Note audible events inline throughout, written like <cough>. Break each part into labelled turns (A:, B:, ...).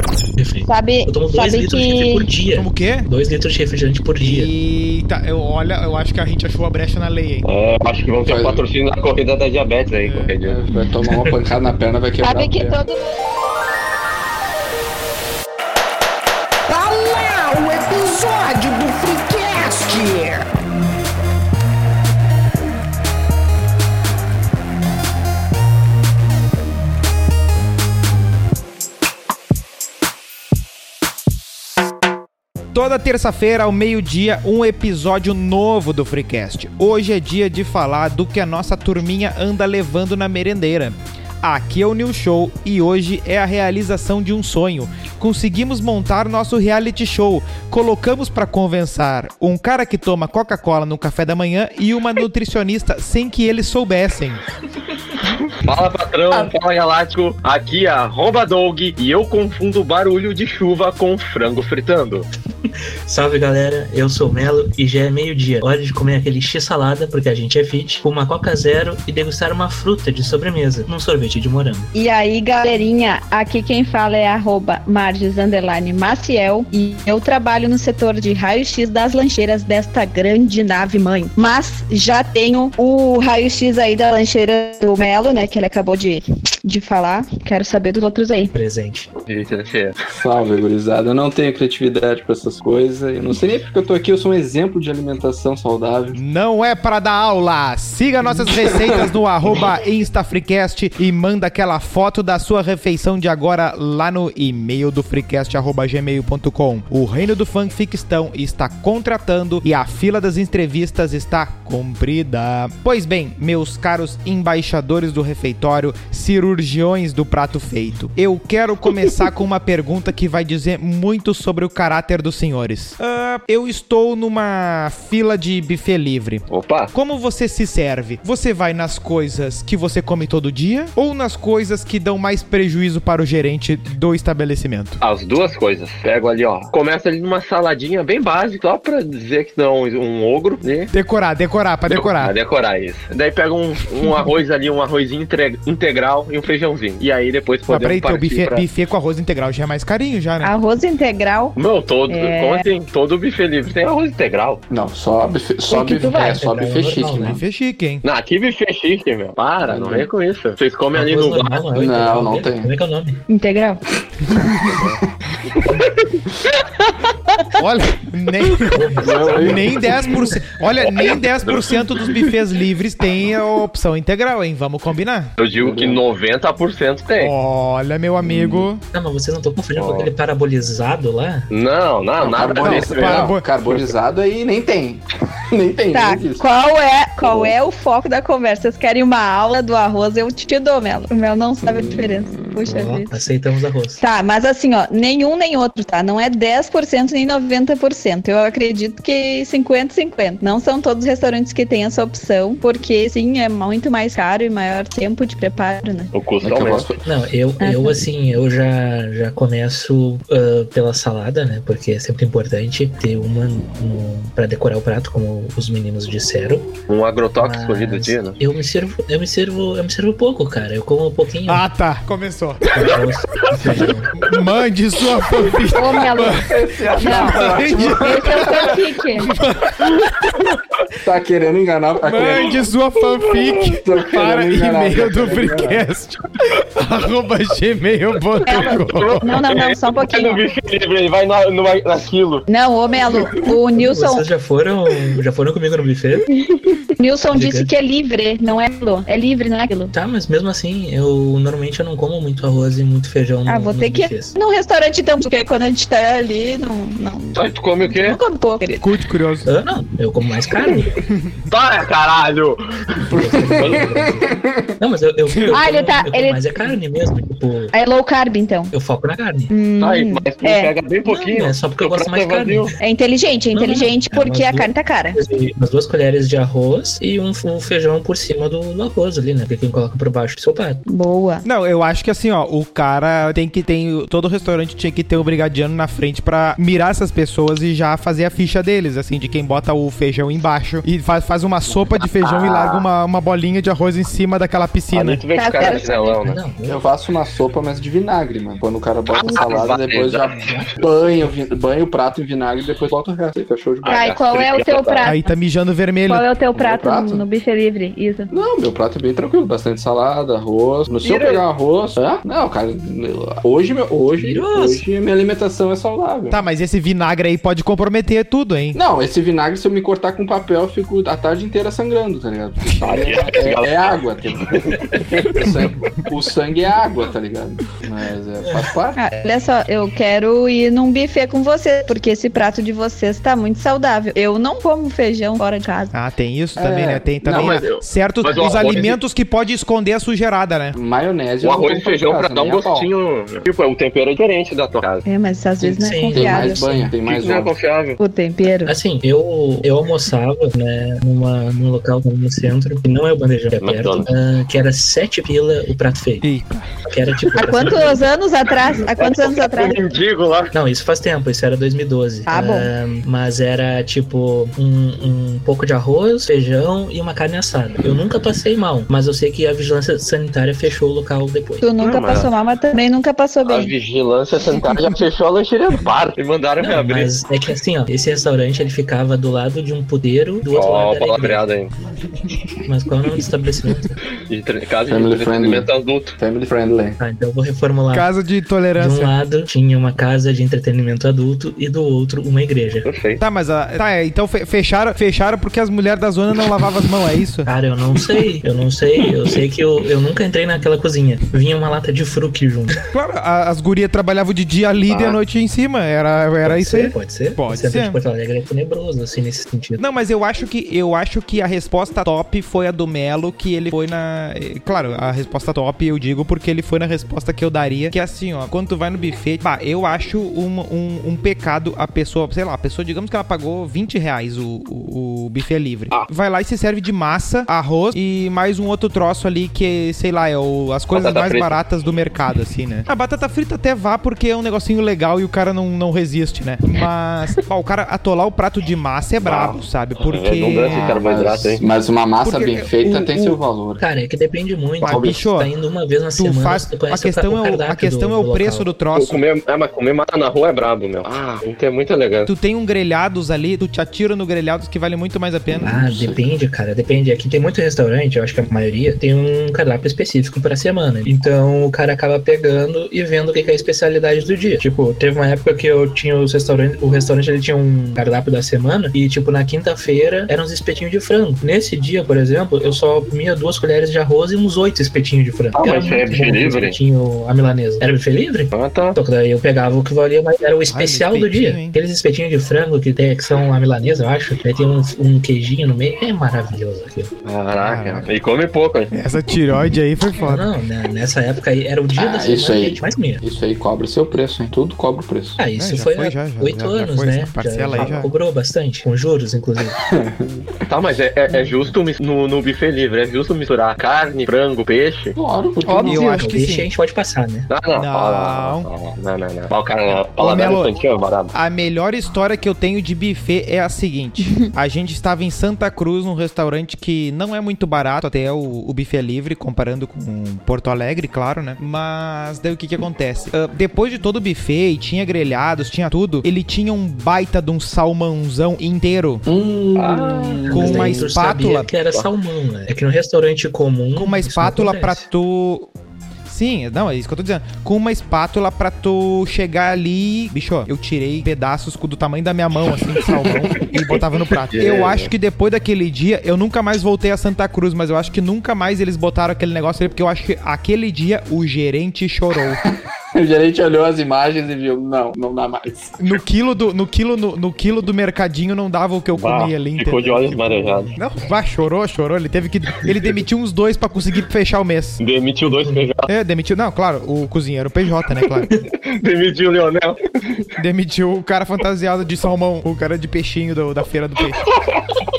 A: refrigerante.
B: Sabe,
A: Eu tomo 2
B: sabe
A: litros de refri por
B: que
A: dia.
C: Como o quê?
A: 2 litros de refrigerante por dia.
C: Eita, eu, olha, eu acho que a gente achou a brecha na lei, hein?
D: É, eu acho que vão ter
E: Faz-
D: patrocínio da corrida da diabetes aí, qualquer dia.
E: Vai tomar uma pancada na perna, vai quebrar.
B: sabe
E: a
B: que
E: perna.
B: todo
F: Tá lá o episódio do Freecast!
C: Toda terça-feira, ao meio-dia, um episódio novo do Freecast. Hoje é dia de falar do que a nossa turminha anda levando na merendeira. Aqui é o New Show e hoje é a realização de um sonho. Conseguimos montar nosso reality show. Colocamos para convencer um cara que toma Coca-Cola no café da manhã e uma nutricionista sem que eles soubessem.
D: Fala patrão, fala galáctico, aqui é arroba Dog e eu confundo barulho de chuva com frango fritando. <laughs>
A: Salve galera, eu sou o Melo e já é meio-dia. Hora de comer aquele x-salada, porque a gente é fit, com uma coca zero e degustar uma fruta de sobremesa num sorvete de morango.
B: E aí, galerinha, aqui quem fala é arroba Marges Underline Maciel e eu trabalho no setor de raio-x das lancheiras desta grande nave mãe. Mas já tenho o raio-x aí da lancheira do Melo, né, que ele acabou de, de falar. Quero saber dos outros aí.
A: Presente.
E: Salve, gurizada. Eu não tenho criatividade pra essas coisas. Eu não sei nem porque eu tô aqui, eu sou um exemplo de alimentação saudável.
C: Não é para dar aula. Siga nossas receitas no arroba InstaFreecast e manda aquela foto da sua refeição de agora lá no e-mail do freecast arroba gmail.com. O reino do fanficstão está contratando e a fila das entrevistas está tá comprida. Pois bem, meus caros embaixadores do refeitório, cirurgiões do prato feito, eu quero
D: <laughs>
C: começar com uma pergunta que vai dizer muito sobre o caráter dos senhores. Ah, eu estou numa fila de buffet livre.
D: Opa,
C: Como você se serve? Você vai nas coisas que você come todo dia ou nas coisas que dão mais prejuízo para o gerente do estabelecimento?
D: as duas coisas. Pego ali, ó. Começa ali numa saladinha bem básica, só pra dizer que não um ogro, né?
C: Decorar, decorar, pra
D: Pra
C: decorar.
D: decorar isso. Daí pega um, um arroz ali, um arroz intre- integral e um feijãozinho. E aí depois
C: Mas
D: podemos
C: peraí, teu
D: partir
C: buffet,
D: pra... Ah.
C: buffet com arroz integral já é mais carinho, já, né?
B: Arroz integral.
D: Meu, todo,
B: É.
D: como assim? Todo buffet livre tem arroz integral.
E: Não, só buffet, só
B: O que tu
E: buffet,
B: vai?
E: é, só
A: Não,
E: buffet
A: não,
E: chique, né?
C: Buffet chique, hein?
D: Não, que buffet chique, meu. Para, não vem com isso. Vocês comem ali
A: Arroz
D: no bar.
A: normal, arroz
E: Não,
A: integral
E: não
A: dele?
E: tem.
A: Como é que é o nome?
B: Integral.
C: Olha, nem,
E: Não, eu-
C: nem 10%. Olha, nem 10% dos buffets livres tem a opção integral, hein? Vamos combinar.
D: Eu digo que 90% tem.
C: Olha, meu amigo.
A: Não, mas vocês não estão confundindo com
D: Ó.
A: aquele parabolizado lá?
D: Não, não, nada
E: carbonizado,
D: disso.
C: para-
D: meu.
C: Carbo-
E: não, carbonizado aí nem tem. <laughs> nem tem,
B: Tá,
E: nem existe.
B: qual é, qual é o foco da conversa? Vocês querem uma aula do arroz? Eu te dou, Melo. O Melo não sabe a diferença. Puxa
A: Ó,
B: vida.
A: aceitamos arroz.
B: Tá, mas assim, ó, nenhum nem outro, tá? Não é 10% nem 90%. Eu acredito que 50-50. Não são todos os restaurantes que têm essa opção, porque sim, é muito mais caro e maior tempo de preparo, né?
D: O
E: Como
D: custo
E: é que eu
D: aumenta.
E: posso-
A: Não, eu,
B: Ah, tá.
A: eu assim, eu já, já começo ah, pela salada, né? Porque é sempre importante ter uma no, pra decorar o prato, como os meninos disseram.
D: Um agrotóxico
A: Mas
D: ali do dia, né?
A: Eu me sirvo, eu me sirvo, eu me sirvo pouco, cara. Eu como um pouquinho.
C: Ah, tá. Começou.
A: de arroz, de feijão.
B: <laughs>
C: Mande sua fanfic.
B: Ô, Melo, não. Esse é o fanfic.
E: Tá querendo enganar tá querendo-
C: Mande sua fanfic
E: Tô querendo
C: para
E: enganar,
C: e-mail
E: tô
C: do
E: querendo enganar.
C: freecast arroba gmail.com
B: Não, não, não, só um
D: Vai no
B: pouquinho.
D: bife livre, ele vai na, numa, naquilo.
B: Não, ô Melo, o Nilson,
A: Vocês já foram, já foram comigo no buffet?
B: Nilson disse
A: Diga.
B: que é livre, não é aquilo. É livre, não é aquilo.
A: Tá, mas mesmo assim, eu normalmente eu não como muito arroz e muito feijão
B: Ah,
A: no,
B: vou
A: nos
B: ter que ir
A: buffets.
B: num restaurante então, porque quando a gente tá ali, não. Não,
D: Aí tu come o quê?
B: não como pouco, querido.
C: Curte, curioso.
A: Ah, não, eu como mais
B: <laughs>
A: carne.
D: Para, Tá, caralho!
B: <laughs>
A: Não, mas eu, eu, eu
B: Ah, ele
A: como-
B: tá-
A: eu como
B: ele-
A: mais é carne mesmo. Tipo,
B: É low carb, então.
A: eu foco na carne.
G: Hum,
D: Aí, mas tu
B: é.
D: pega bem pouquinho.
A: Não, é só porque eu
D: Teu
A: gosto
D: prato
A: mais
D: é
A: de carne.
D: vazio.
B: É inteligente, é
A: Não, não, não.
B: inteligente
A: É,
B: porque
A: mas
B: a
A: do-
B: carne tá cara.
A: Umas duas colheres de arroz e um, um feijão por cima do, do arroz ali, né? Porque quem coloca por baixo do seu prato.
B: Boa.
C: Não, eu acho que assim, ó, o cara tem que ter. Todo restaurante tinha que ter um brigadiano na frente pra mirar essas pessoas e já fazer a ficha deles, assim, de quem bota o feijão embaixo e faz, faz uma sopa de feijão e larga uma, uma bolinha de arroz em cima daquela piscina.
H: Ali tu vê que
G: Tá
H: os caras
G: certo.
D: é
H: chinelão, né?
A: Não,
E: Eu faço uma sopa, mas de vinagre, mano. Quando o cara bota
H: Ah,
E: salada,
H: exato,
E: depois já banha, o vi- banha o prato em vinagre e depois bota o resto. Fica show de
B: Tá,
E: bola.
G: Kai, qual é o teu prato?
C: Aí tá mijando vermelho.
G: Qual é o teu prato,
E: prato?
G: No, no buffet livre? Isso.
E: Não, meu prato é bem tranquilo, bastante salada, arroz. No se eu
H: Tira.
E: pegar arroz. Hã? Não, cara, meu- hoje, meu- hoje,
A: Tira.
E: hoje minha alimentação é saudável.
C: Tá, mas esse vinagre aí pode comprometer tudo, hein?
E: Não, esse vinagre, se eu me cortar com papel, eu fico a tarde inteira sangrando, tá ligado? Porque
H: <laughs>
E: sangue é, é- é água,
D: Tipo,
E: tá ligado? O sangue, o sangue é água, tá ligado? Mas é, faz parte.
G: Ah, olha só, eu quero ir num buffet com você, porque esse prato de vocês tá muito saudável. Eu não como feijão fora de casa.
C: Ah, tem isso também,
E: É.
C: né? Tem
E: Não,
C: também
H: mas
C: né?
H: eu-
C: certos
H: mas o
C: os
H: arroz-
C: alimentos que pode esconder a sujeirada, né?
E: Maionese.
H: O
E: eu não
H: arroz e
E: compro
H: feijão
E: em
H: pra
E: casa,
H: dar um
E: nem a pau.
H: gostinho. Tipo, é um tempero diferente da tua casa.
G: É, mas às vezes não é
A: Sim,
E: Tem
G: confiável.
E: mais banha, tem mais
H: Isso não é
E: óleo.
H: confiável.
G: O tempero.
A: Assim, eu, eu almoçava, né, numa, num local no centro, que não é o bandejão, que é perto,
H: McDonald's.
A: ah, que era sete pila o prato feio.
C: Eita.
A: Que era tipo.
G: Há quantos anos atrás? Há quantos
D: É
G: anos
H: Um
G: atrás?
H: mendigo lá.
A: Não, isso faz tempo, isso era 2012.
G: Ah, bom.
A: Ah, mas era tipo um, um pouco de arroz, feijão e uma carne assada. Eu nunca passei mal, mas eu sei que a vigilância sanitária fechou o local depois.
G: Tu nunca
H: Não, mas-
G: passou mal, mas também nunca passou
H: A
G: bem.
H: vigilância sanitária já fechou a lancheria do bar. E mandaram
A: Não,
H: reabrir.
A: mas é que assim, ó, esse restaurante ele ficava do lado de um pudeiro, do outro
H: Ó,
A: lado
H: oh,
A: era igreja.
H: palavreada aí.
A: Mas qual é o nome do estabelecimento?
H: De tre- Casa de
E: Family
H: entretenimento é adulto.
E: Family friendly.
A: Ah, então eu vou reformular.
C: Casa de
A: De um
C: tolerância.
A: lado tinha uma casa de entretenimento adulto e do outro uma igreja.
H: Perfeito.
C: Tá, mas a, tá, é, então fe- fecharam, fecharam porque as mulheres da zona não lavavam as mãos, é isso?
A: Cara, eu não sei, eu não sei, eu sei que eu, eu nunca entrei naquela cozinha. Vinha uma lata de fruque junto.
C: Claro, a- as gurias trabalhavam de dia ali e de
H: Ah.
C: noite em cima. Era, era É isso aí.
A: Pode ser?
C: Pode
A: O centro
C: ser.
A: de Porto Alegre é tenebroso, assim, nesse sentido.
C: Não, mas eu acho que eu acho que a resposta top foi a do Melo, que ele foi na. eh, Claro, a resposta top eu digo porque ele foi na resposta que eu daria. Que é assim, ó, quando tu vai no buffet, pá, eu acho um, um, um pecado a pessoa, sei lá, a pessoa, digamos que ela pagou 20 reais o, o, o buffet livre.
A: Ah.
C: Vai lá e se serve de massa, arroz e mais um outro troço ali que, sei lá, é o, as coisas
H: Batata
C: mais
H: frita.
C: baratas do mercado, assim, né? A batata frita até vá porque é um negocinho legal e o cara não, não resiste, né? Mas, pá, o cara atolar o prato de massa é brabo, sabe? Porque.
H: Redundância, cara, carboidrato,
E: Mas,
H: hein?
E: mas uma massa
C: Porque
E: bem feita
C: o-
E: tem
C: o-
E: seu valor.
A: Cara, é que depende muito.
C: Mas,
A: Talvez
C: bicho,
A: tu tá indo uma vez na
C: Tu
A: semana,
C: faz,
A: tu conhece
C: a questão
A: ca-
C: é o, a
A: cardápio
C: questão
A: do-
C: é o
A: do
C: preço
A: local.
C: do
H: Pô,
C: troço.
H: comer, é, mas comer mata na rua é brabo, meu. Ah, então é muito elegante.
C: Tu tem um grelhados ali, tu te atira no grelhados que vale muito mais a pena.
A: Ah, depende, cara, depende. Aqui tem muito restaurante, eu acho que a maioria tem um cardápio específico pra semana. Então o cara acaba pegando e vendo o que que é a especialidade do dia. Tipo, teve uma época que eu tinha os restaurantes, o restaurante ele tinha um cardápio da semana e tipo na quinta-feira eram uns espetinhos de frango. Nesse dia, por exemplo, eu só comia duas colheres de arroz e uns oito espetinhos de frango.
H: Ah,
A: Era
H: mas isso é
A: muito
H: buffet
A: bom,
H: livre?
A: Espetinho a milanesa. Era buffet livre?
H: Ah, tá.
A: Então, daí eu pegava o que valia, mas era o especial do
C: espetinho,
A: dia.
C: hein?
A: Aqueles espetinhos de frango que tem, que são a milanesa, eu acho. Aí tem um, um queijinho no meio. É maravilhoso aquilo.
H: Caraca. E come pouco, hein?
C: Essa tiroide aí foi foda.
A: Não, né, nessa época aí era o dia
E: Ah,
A: da semana
E: isso
A: que a
E: aí.
A: gente mais comia.
E: Isso aí cobra seu preço, hein? Tudo cobra o preço.
A: Ah, isso
C: É, já
A: foi
C: foi,
A: há
C: já, já,
A: oito
C: já, já
A: anos,
C: foi,
A: né?
C: essa parcela aí já-
A: Cobrou bastante, com juros, inclusive.
H: Tá, mas é, é- é justo mis- no, no buffet livre, é justo misturar carne, frango, peixe?
E: Claro, porque
C: Óbvio. Eu acho
A: Então,
C: que
A: deixa,
C: sim.
A: a gente pode passar, né?
H: Não, não.
C: Não.
H: Não, não, não. não. Ó, O cara, paladar
C: Melo.
H: infantil é barato.
C: A melhor história que eu tenho de buffet é a seguinte: a gente estava em Santa Cruz, num restaurante que não é muito barato, até o, o buffet é livre, comparando com Porto Alegre, claro, né? Mas daí o que que acontece? Ah, depois de todo o buffet, e tinha grelhados, tinha tudo, ele tinha um baita de um salmãozão inteiro
E: Hum,
C: Com
A: Mas daí
C: uma
A: tu
C: espátula.
A: sabia que era salmão, né? É que no restaurante comum.
C: com uma
A: Hum, isso não
C: espátula pra
A: acontece.
C: tu. Sim, não, é isso que eu tô dizendo. Com uma espátula pra tu chegar ali. Bicho, ó, eu tirei pedaços do tamanho da minha mão, assim, de salmão, e botava
H: <laughs>
C: no prato.
H: É.
C: Eu acho que depois daquele dia, eu nunca mais voltei a Santa Cruz, mas eu acho que nunca mais eles botaram aquele negócio ali, porque eu acho que aquele dia o gerente chorou.
E: o gerente olhou as imagens e viu, não, não
B: <laughs>
E: dá mais.
C: No quilo do, no quilo, no, no quilo do mercadinho não dava o que eu comia ali,
H: ficou de
C: entendeu?
H: olhos marejados.
C: Não, vá, chorou, chorou. Ele teve que. Ele demitiu uns dois pra conseguir fechar o mês.
H: Demitiu dois PJ,
C: É, demitiu. Não, claro, o cozinheiro PJ, né,
A: <laughs>
C: claro.
H: demitiu o Leonel.
C: Demitiu o cara fantasiado de salmão, o cara de peixinho do- da feira do peixe.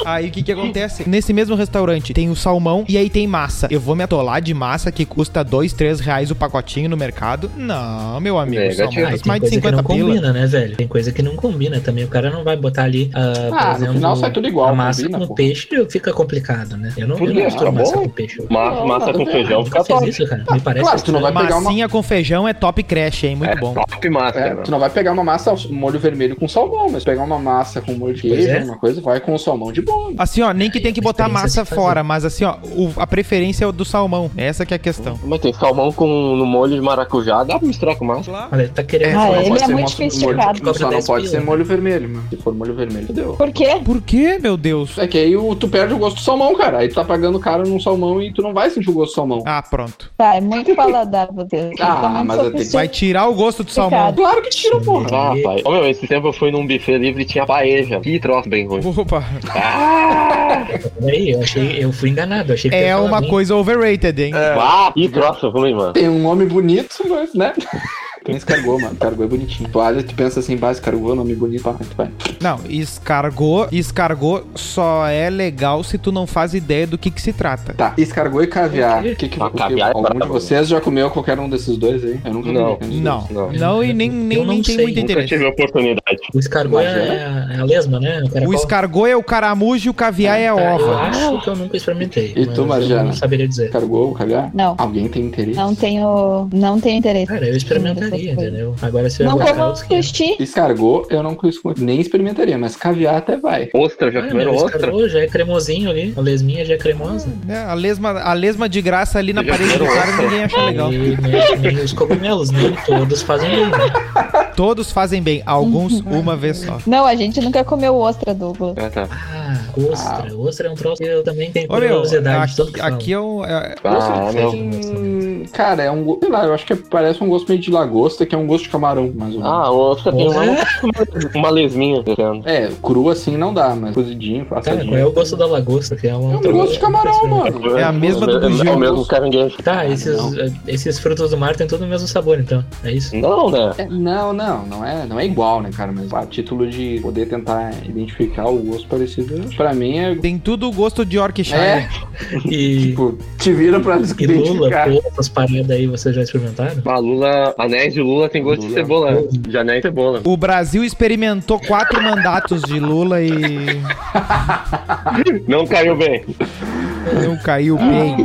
C: Aí o que que acontece? Nesse mesmo restaurante tem o salmão e aí tem massa. Eu vou me atolar de massa que custa dois, três reais o pacotinho no mercado? Não, Não, meu amigo,
D: É,
C: são
D: gatinho.
A: Ah, e
C: mais,
A: tem
C: mais de
A: coisa que
C: 50
A: não
C: pila.
A: combina, né, velho? Tem coisa que não combina também. O cara não vai botar ali, ah,
E: Ah,
A: por
E: no
A: exemplo,
E: final sai tudo igual,
A: a massa
E: combina,
A: com
E: pô.
A: peixe, fica complicado, né? Eu não,
D: Por
A: eu
D: que?
A: não gosto de
D: Tá
A: massa
D: bom?
A: com peixe. Eu
D: Massa,
E: Não,
D: massa
E: não,
D: com
E: não.
D: feijão
A: nunca
D: fica
A: fiz
D: top.
A: isso, cara. Me parece.
E: Ah, claro, tu não vai pegar uma.
C: Massinha com feijão é top crash, hein? Muito
D: É
C: bom.
D: top massa,
E: É,
D: cara.
E: tu não vai pegar uma massa, um molho vermelho com salmão, mas pegar uma massa com molho de
A: Pois
E: queijo,
A: é.
E: alguma coisa, vai com o salmão de boa.
C: Assim, ó, nem que tem que botar
A: experiência
C: massa
A: se fazer.
C: fora, mas assim, ó, o- a preferência é o do salmão. Essa que é a questão.
D: Mas tem salmão com, no molho de maracujá, dá pra misturar com massa.
A: Olha, ele tá querendo.
B: Ah,
E: Só não
B: ele
E: pode
B: é
E: ser
B: muito
E: massa- molho-
B: sofisticado.
E: Só não
A: Cobra
E: pode
A: 10
E: ser
A: pila.
E: molho vermelho, mano. Se for molho vermelho, deu.
B: Por quê?
C: Por quê, meu Deus?
E: É que aí o- tu perde o gosto do salmão, cara. Aí tu tá pagando caro num salmão e tu não vai sentir o gosto do salmão.
C: Ah, pronto.
B: Tá, é muito paladar,
A: <laughs>
B: meu Deus.
E: Ah,
B: Tá muito
E: mas eu tenho que-
C: Vai
B: sofisticado.
C: tirar o gosto do salmão.
E: Claro que tira, porra.
D: Ah, pai. Ô, meu, esse tempo eu fui num buffet livre e tinha paeja. Que troço bem ruim.
C: Opa.
A: Peraí, eu achei, eu fui enganado. Achei que eu ia
C: É
A: falar
C: uma
A: bem.
C: coisa overrated, hein?
A: É.
D: Ah, que troço ruim, mano.
E: Tem um nome bonito, mas, né? <laughs> Tem escargot, mano. Escargot é bonitinho. Tu olha, tu pensa assim, bah, escargot, nome bonito, pá, tu vai.
C: Não, escargot, escargot só é legal se tu não faz ideia do que que se trata.
E: Tá, escargot e caviar.
A: Ok.
E: O que que
D: Ah,
E: o que-
D: caviar é
E: Algum de
D: brabo.
E: vocês já comeu qualquer um desses dois aí? Eu nunca
D: Não.
E: comi nenhum dos
C: Não,
E: dois.
D: Não.
C: não e nem, nem,
A: Eu não
C: nem tem
A: sei,
C: muito
A: nunca
D: Nunca
C: interesse.
D: tive a oportunidade.
A: O escargot é,
E: Imagina.
A: é a lesma, né? O, cara
C: O
A: fala,
C: escargot é o caramujo e o caviar é a
A: "Tá, Eu
C: ova.
A: acho que eu nunca experimentei.
E: E tu,
A: mas eu
E: Marjana?
A: Não saberia dizer.
E: Escargot, caviar?
B: Não.
E: Alguém tem interesse?
B: Não tenho, não tenho interesse.
A: Cara, eu experimentaria, entendeu? Agora se eu
B: Não
A: botar
B: como
A: outros que-
B: sushi.
E: Escargot, eu não conheço muito. Nem experimentaria, mas caviar até vai.
D: Ostra, já
A: Ah, meu,
D: comeram
A: o
D: ostra?
A: escargot já é cremosinho ali. A lesminha já é cremosa.
C: É, a, lesma, a lesma de graça ali na
D: Já
C: parede do
D: comeram
C: cara
D: ostra?
C: ninguém acha Tá legal.
A: E nem, nem né, os cogumelos, nem todos fazem bem. né?
C: Todos fazem bem, alguns uma vez só.
B: Não, a gente nunca comeu ostra, Douglas.
D: Ah, tá.
A: Ah, ostra. Ostra é um troço que eu também tenho
C: Ô, meu,
A: curiosidade. de tanto
C: aqui,
A: que falam.
C: aqui é um. é-
D: Ah,
E: Gosto
D: não.
E: de- Hum, Cara, é um. go- Sei lá, eu acho que parece um gosto meio de lagosta, que é um gosto de camarão, mais ou menos.
D: Ah, ostra tem uma,
A: É?
D: uma lesminha. tá Leandro.
E: É, cru assim não dá, mas cozidinho,
A: Cara,
E: assadinho.
A: qual é o gosto da lagosta? Que é, uma
E: É um gosto de camarão, mano.
C: É a mesma do
D: É o
C: bugio.
D: mesmo caranguejo.
C: Ah,
A: Tá, esses, esses frutos do mar têm todo o mesmo sabor, então. É
E: <laughs>
A: isso?
D: Não, né?
E: É, Não, não, não é, não é igual, né, cara? Mas a título de poder tentar identificar o gosto parecido, pra mim é.
C: tem tudo o gosto de Yorkshire.
E: É,
A: E,
E: tipo, te vira pra
A: e lula,
E: identificar.
A: pô, essas paradas aí, vocês já experimentaram?
D: A lula, anéis de lula tem gosto de
E: Lula.
D: cebola. né? De anéis de cebola.
C: O Brasil experimentou quatro mandatos de Lula e
D: Não caiu bem.
C: não caiu
A: Ah.
C: bem.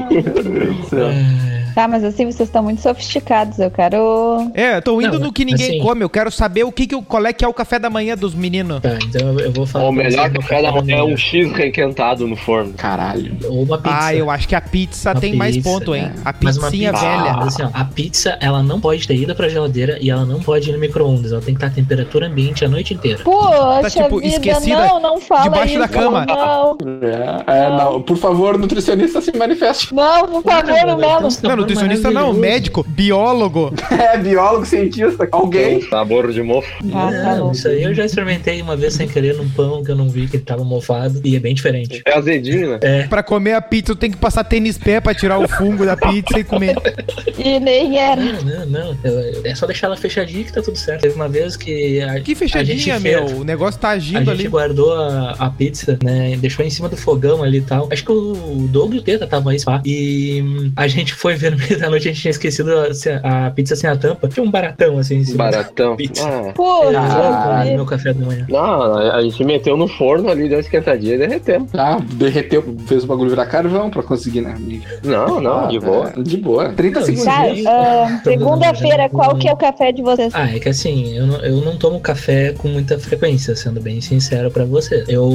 B: Tá, mas assim, vocês estão muito sofisticados. Eu quero.
C: É, eu tô indo
A: Não,
C: no que ninguém
A: assim-
C: come. Eu quero saber o que, que o- qual é que é o café da manhã dos meninos.
A: Tá, então eu vou
C: Ah,
A: falar.
D: O
A: pra
D: melhor
A: vocês uma
D: café da
A: parada
D: manhã é um
C: né?
A: minha.
D: X requentado no forno.
E: Caralho.
A: Ou uma pizza.
C: Ah, eu acho que a pizza
A: Uma
C: tem mais
A: pizza, é.
C: ponto, hein?
E: né?
C: A
A: Mas uma
C: pizzinha
A: pizza,
C: velha.
A: mas assim, ó, a pizza, ela não pode ter ido pra geladeira e ela não pode ir no micro-ondas. Ela tem que estar à temperatura ambiente a noite inteira.
B: Poxa
C: tipo,
B: vida,
C: esquecida
B: não, não fala
C: debaixo
B: isso,
C: da cama.
B: Não,
E: É, é, não. Por favor, nutricionista se manifeste.
B: não, por favor,
A: Cara,
B: o Melo.
A: tem um
C: Não,
A: sabor
C: nutricionista não,
A: maravilhoso.
C: médico, biólogo.
E: <laughs> É, biólogo, cientista, alguém.
D: é um Sabor de mofo.
B: Ah, tá
A: Não,
B: louco.
A: isso aí eu já experimentei uma vez sem querer num pão que eu não vi que ele tava mofado e é bem diferente.
D: É azedinho, né?
C: Pra comer a pizza, tu tem que passar tênis pé pra tirar o fungo da pizza e comer.
B: E nem era.
A: Não, não, não. eu- É só deixar ela fechadinha que tá tudo certo. Teve uma vez que. A,
C: Que
A: a gente fez-
C: fechadinha, meu. O negócio tá
A: A
C: agindo
A: gente
C: ali.
A: guardou a, a pizza, né? Deixou em cima do fogão ali e tal. Acho que o Doug e o Teta estavam aí, pá. E hum, a gente foi ver no meio da noite, a gente tinha esquecido a, se- a pizza sem a tampa. Tinha um baratão assim em cima.
D: Baratão.
A: Pizza.
D: Ah.
A: Eu
B: Poxa,
A: já comi
B: vida.
A: meu café da manhã.
D: Não, a gente meteu no forno ali, deu uma esquentadinha e derreteu.
E: Ah, derreteu, fez o bagulho virar carvão pra conseguir, né?
D: Não, não,
E: Ah,
D: de
E: é,
D: boa.
E: de boa. 30
A: Não, é.
E: segundos.
A: isso-
B: Cara, ah, segunda-feira, qual que é o café de vocês?
A: Ah, é que assim, eu não, eu não tomo café com muita frequência, sendo bem sincero pra você. Eu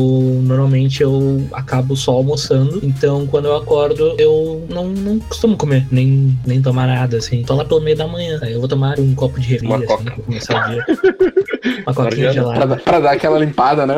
A: normalmente eu acabo só almoçando, então quando eu acordo, eu não, não costumo comer, nem, nem tomar nada, assim. Tô lá pelo meio da manhã, aí eu vou tomar um copo de refri,
D: Uma
A: assim,
D: coca. Tá
A: pra começar o
D: <laughs>
A: dia. Uma coquinha
D: Marjana,
E: Pra,
A: gelada,
E: dar- pra dar aquela limpada, né?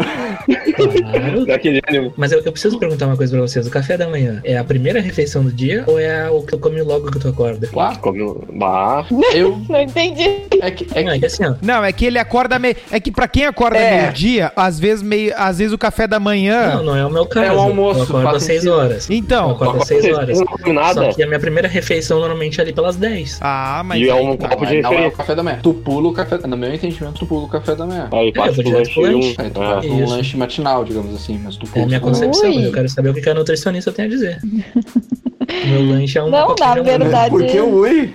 A: claro.
D: Daquele ânimo.
A: Mas eu, eu preciso perguntar uma coisa pra vocês. O café da manhã é a primeira refeição do dia ou é a- o que eu come logo que tu acorda?
E: Claro.
D: Comeu. Bah.
E: Eu.
B: <laughs> Não entendi.
E: É que,
A: <laughs>
E: é
A: Não, é
E: que
A: que assim, ó,
C: Não, é que ele acorda meio. É que pra quem acorda
E: É.
C: meio-dia, às vezes meio, às vezes o café da manhã.
A: Não, não é o meu caso.
E: É o almoço,
A: Eu acordo
E: faz
A: às 6
E: sentido.
A: horas. eu
C: Então.
A: acordo às 6 horas.
D: Não come nada.
A: Só que a minha primeira refeição normalmente é ali pelas 10.
C: Ah, mas.
D: E é
C: aí
D: um
C: tá.
D: copo
A: Tipo
D: de
E: não é o
D: referência.
E: café da manhã. Tu pula o café. No meu entendimento, tu pula o café da manhã.
D: Aí
A: é. eu
D: passa
A: vou
D: pro
A: direto
D: lanche
A: pro
D: um.
A: lanche.
E: É, tu
D: É.
E: vai pra um
A: Isso.
E: lanche matinal, digamos assim, mas tu
A: É a minha
E: pula.
A: concepção,
B: Ui.
A: mas eu quero saber o que que a nutricionista tem a
B: <laughs>
A: dizer. meu lanche é um
B: Não,
A: copo de
B: na
A: jambu.
B: verdade-
E: Porque o Ui.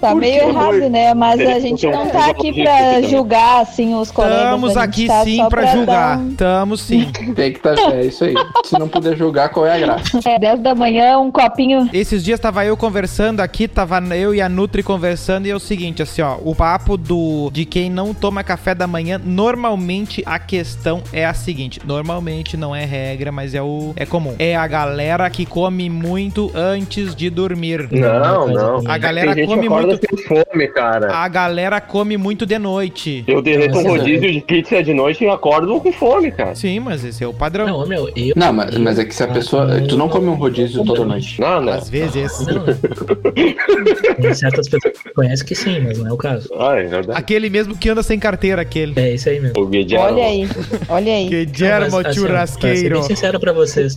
G: tá
E: curte
G: meio
E: o
G: errado,
E: amor.
G: né? Mas a
D: Ele
G: gente
D: curte o
G: não
D: amor.
G: tá aqui pra julgar, assim, os colegas.
C: Estamos
G: a gente
C: aqui
G: tá
C: sim
G: só
C: pra
G: dar
C: julgar.
G: um-
C: Estamos sim.
E: Tem que tá. É isso aí. Se não puder jogar, qual é a graça?
G: É, 10 da manhã, um copinho.
C: Esses dias tava eu conversando aqui, tava eu e a Nutri conversando, e é o seguinte, assim, ó, o papo do de quem não toma café da manhã, normalmente a questão é a seguinte, normalmente não é regra, mas é o é comum. É a galera que come muito antes de
D: É.
C: dormir.
H: Não, não.
C: A
H: Tem
C: galera
H: gente que
C: come
H: acorda
C: muito,
H: sem fome, cara.
C: a galera come muito de noite.
D: Eu derreto um
A: Nossa,
D: rodízio de pizza de noite e acordo com fome, cara.
C: Sim, mas esse é o padrão.
A: Não, meu, eu. Ah,
E: Não, mas, mas é que se a pessoa. Tu não come um assim? rodízio toda noite.
D: Não, não.
C: Às vezes.
A: Não, né? Tem certas pessoas que conhecem que sim, mas não é o caso.
D: Ah, é verdade.
C: Aquele mesmo que anda sem carteira, aquele.
A: É isso aí mesmo.
D: O é um Guediano.
G: Olha aí, olha aí.
C: Que
A: Não,
C: germo
A: mas, assim, Pra ser
C: churrasqueiro.
A: bem sincero pra vocês,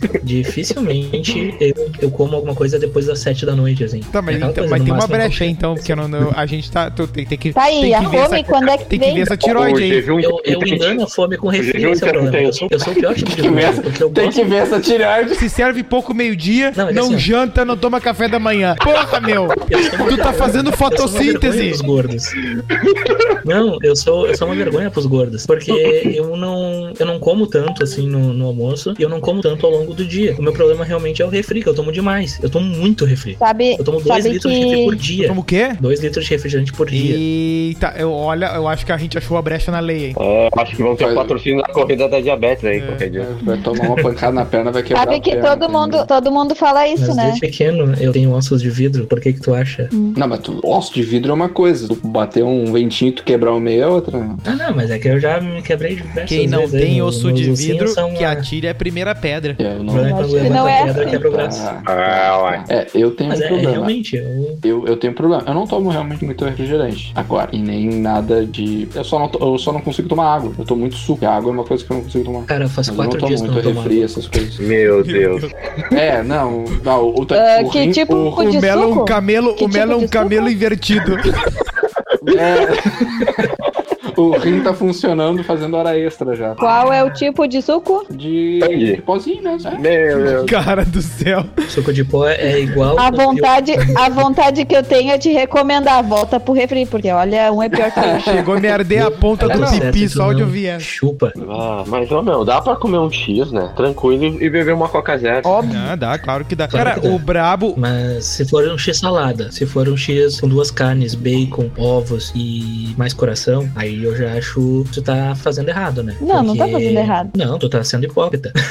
A: dificilmente eu, eu como alguma coisa depois das sete da noite, assim.
C: Tá, mas,
A: Aquela
C: então,
A: coisa,
C: mas
A: no
C: tem uma
A: máximo, é
C: brecha aí,
A: eu-
C: então, porque eu não, não- a gente tá. tu tem, tem que,
G: Tá aí,
C: tem
G: a
C: que ver essa,
G: fome, quando é que
C: tem que ver
G: vem?
C: essa
D: O
C: tiroide aí.
D: jejum
A: Eu, eu
D: intermitente.
A: engano a fome com refri,
D: jejum
A: esse é o problema. Eu sou,
D: intermitente.
A: eu sou o pior tipo de
E: Tem <laughs> que ver
A: gordo,
E: essa-
A: porque eu
E: Tem
A: gosto
E: que ver essa tiragem.
C: Se serve pouco meio-dia,
A: Não,
C: não,
A: mas assim, ó.
C: janta, não toma café da manhã. Porra, meu! Tu tá fazendo
A: Eu sou uma vergonha pros
C: fotossíntese.
A: gordos. Não, eu sou, eu sou uma vergonha pros gordos. Porque eu não, eu não como tanto assim no, no almoço e eu não como tanto ao longo do dia. O meu problema realmente é o refri, que eu tomo demais. Eu tomo muito refri.
G: Sabe,
A: Eu tomo 2
G: sabe
A: litros de refri por
G: que...
A: dia.
C: Como o quê?
A: 2 litros de refrigerante por dia.
C: Eita, eu, olha, eu acho que a gente achou a brecha na lei, hein?
D: É, acho que vão ter patrocínio da corrida da diabetes aí,
C: É.
D: qualquer dia.
E: Vai tomar uma pancada na perna, vai quebrar.
G: Sabe
E: a
G: que
E: perna,
G: todo
E: tá
G: mundo,
E: ligado?
G: todo mundo fala isso,
A: Mas
G: né? Hum.
A: desde pequeno eu tenho ossos de vidro, por que que tu acha?
E: Não, mas tu, osso de vidro é uma coisa. Tu bater um ventinho e tu quebrar o meio é outra. né?
A: Ah, não, mas é que eu já me quebrei diversas
C: Quem não
A: vezes. aí.
C: tem
A: Meus-
C: osso
A: meus
C: de
A: ossinhos
C: vidro,
A: são
C: que
A: a-
C: atire a primeira pedra.
E: Eu
A: o
E: não. Ah,
A: problema é quando
G: Acho que
A: levanta
G: não é
A: a pedra
G: assim.
A: quebra o braço.
D: Ah, ué.
E: É, eu tenho
A: Mas
E: um
A: é, é
E: problema.
A: realmente, eu
E: Eu, eu tenho um problema. Eu não tomo realmente muito refrigerante agora. E nem nada de. Eu só não, to- eu só não consigo tomar água. Eu tomo muito suco. A água é uma coisa que eu não consigo tomar.
A: Cara, faz
E: Mas eu não
A: quatro
E: tomo
A: dias que eu
E: muito
A: não tomo
E: refri, essas coisas.
D: Meu Deus.
E: É, não. não o, o,
G: Ah,
E: o
G: que
E: rim-
G: tipo
E: o-
G: de
C: O Melo é um
G: suco?
C: camelo,
G: Que
C: o Melo é
G: tipo
C: um
G: de <laughs>
C: camelo invertido.
E: é, <laughs> o rim tá funcionando fazendo hora extra já.
G: Qual é o tipo de suco?
E: De,
D: Entendi.
E: de pozinho, né? É.
D: Meu Deus.
C: Cara do céu.
A: Suco de pó é tipo? igual.
G: A vontade, a vontade que eu tenho é de recomendar. Volta pro refri, porque olha, um é pior que
A: <laughs>
G: o outro.
C: Chegou a me arder a ponta
G: é
A: Tá
C: do
A: tudo certo,
C: pipi,
A: isso
C: só onde eu
A: não.
C: vier.
A: Chupa.
D: Ah, mas, ô meu, dá pra comer um X, né? Tranquilo e e beber uma Coca Zero.
C: Ah, dá, claro que dá.
A: Claro
C: Cara,
A: que dá.
C: o brabo.
A: Mas se for um X salada, se for um X com duas carnes, bacon, ovos e mais coração, aí eu já acho que tu tá fazendo errado, né?
G: Não, não tá fazendo errado.
A: Não, tu tá sendo hipócrita. <laughs>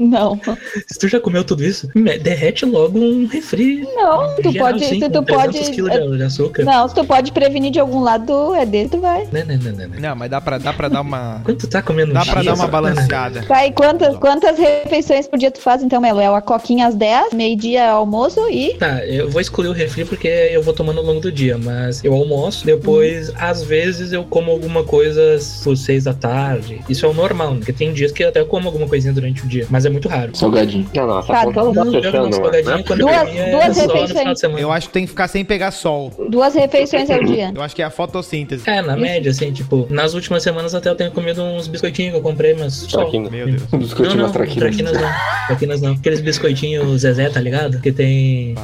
G: Não.
A: se tu já comeu tudo isso, me- derrete logo um refri.
G: Não, tu
A: geral,
G: pode.
A: assim,
G: Se
A: com
G: tu
A: 300 quilos
G: pode. é-
A: de- de açúcar. Né,
G: Não, se tu pode prevenir de algum lado, é dele, tu vai.
A: Não, não, não, não. não.
C: Não, mas dá pra, dá pra dar uma.
A: Quando tu tá comendo um
C: Dá pra
A: X,
C: dar uma
A: não, não,
C: balanceada.
G: Tá, e quantas, quantas refeições por dia tu faz, então, Melo? É uma coquinha às 10, meio-dia é almoço e.
A: Tá, eu vou excluir o refri porque eu vou tomando ao longo do dia, mas eu almoço, depois, às vezes, eu como alguma coisa por seis da tarde. Isso é o normal, né? porque tem dias que eu até como alguma coisinha durante o dia, mas é muito raro.
E: Salgadinho.
D: Não, não, essa
G: Tá,
D: conta não é tá
A: Não, pior que eu não
D: fechando,
A: sou
D: mano. Né?
A: salgadinho, quando eu
G: Duas-
A: comia,
G: duas
A: só no
G: refeições.
A: final de semana.
C: Eu acho que tem que ficar sem pegar sol.
G: Duas refeições ao dia.
C: Eu acho que é a fotossíntese.
A: É, na média, assim, tipo, nas últimas semanas até eu tenho comido uns biscoitinhos que eu comprei, mas só.
D: Aqui,
C: Meu Deus.
E: Um
A: Não,
E: biscoitinho
A: não,
E: mais traquina.
A: traquinas não. Traquinas não. Aqueles biscoitinhos Zezé, tá ligado? Que tem...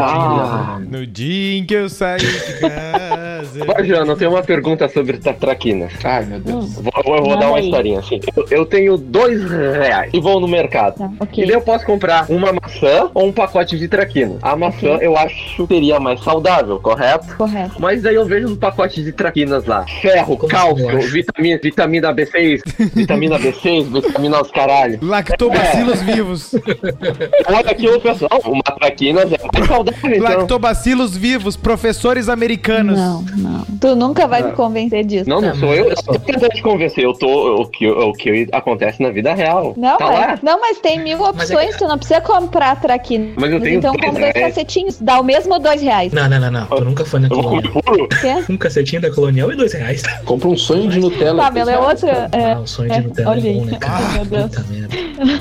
E: Ah,
C: No dia em que eu saí de
E: <laughs>
C: casa.
D: Bajano, tem uma pergunta sobre tra- traquinas.
E: ai meu Deus.
D: Vou, eu vou
G: Manda
D: dar uma
G: aí.
D: historinha assim. Eu, eu tenho dois reais e vou no mercado.
G: Tá,
D: E daí
G: ok.
D: eu posso comprar uma maçã ou um pacote de traquina. A maçã eu acho seria mais saudável, correto?
G: Correto.
D: Mas daí eu vejo no pacote de traquinas lá. Ferro,
A: Como eu
D: cálcio,
A: acho?
D: vitamina, vitamina B6, vitamina B6, <laughs> vitamina aos caralho.
C: Lactobacilos
E: É.
C: vivos.
E: <laughs>
D: Olha aquilo, pessoal. assim, Uma traquinas é mais saudável, então.
C: Lactobacilos vivos. Professores americanos.
G: Não, não. Tu nunca vai me convencer disso.
D: Não,
A: Tá,
D: não sou
A: mas
D: eu.
A: olha só.
D: Eu tô tentando te convencer. Eu tô. O que, o que acontece na vida real.
G: Não, é.
D: tá lá.
G: mas, não, mas tem mil
A: Mas é-
G: opções, tu não precisa comprar traquina.
D: Mas eu tenho
G: então
D: dois
G: compra dois
D: reais.
G: cacetinhos, dá o mesmo dois reais.
A: Não, não, não, não. Tu nunca foi na
D: Eu vou comer
A: colonial.
D: puro?
G: Quer?
A: Um cacetinho da colonial e dois reais.
E: Compra um sonho de Nutella.
G: Tá, Melo, é outra.
A: Ah,
G: É,
A: o sonho
G: é,
A: de Nutella é
G: olha
A: bom,
G: aí.
A: né, cara?
B: <laughs>
G: Ai, meu Deus.
A: Puta merda.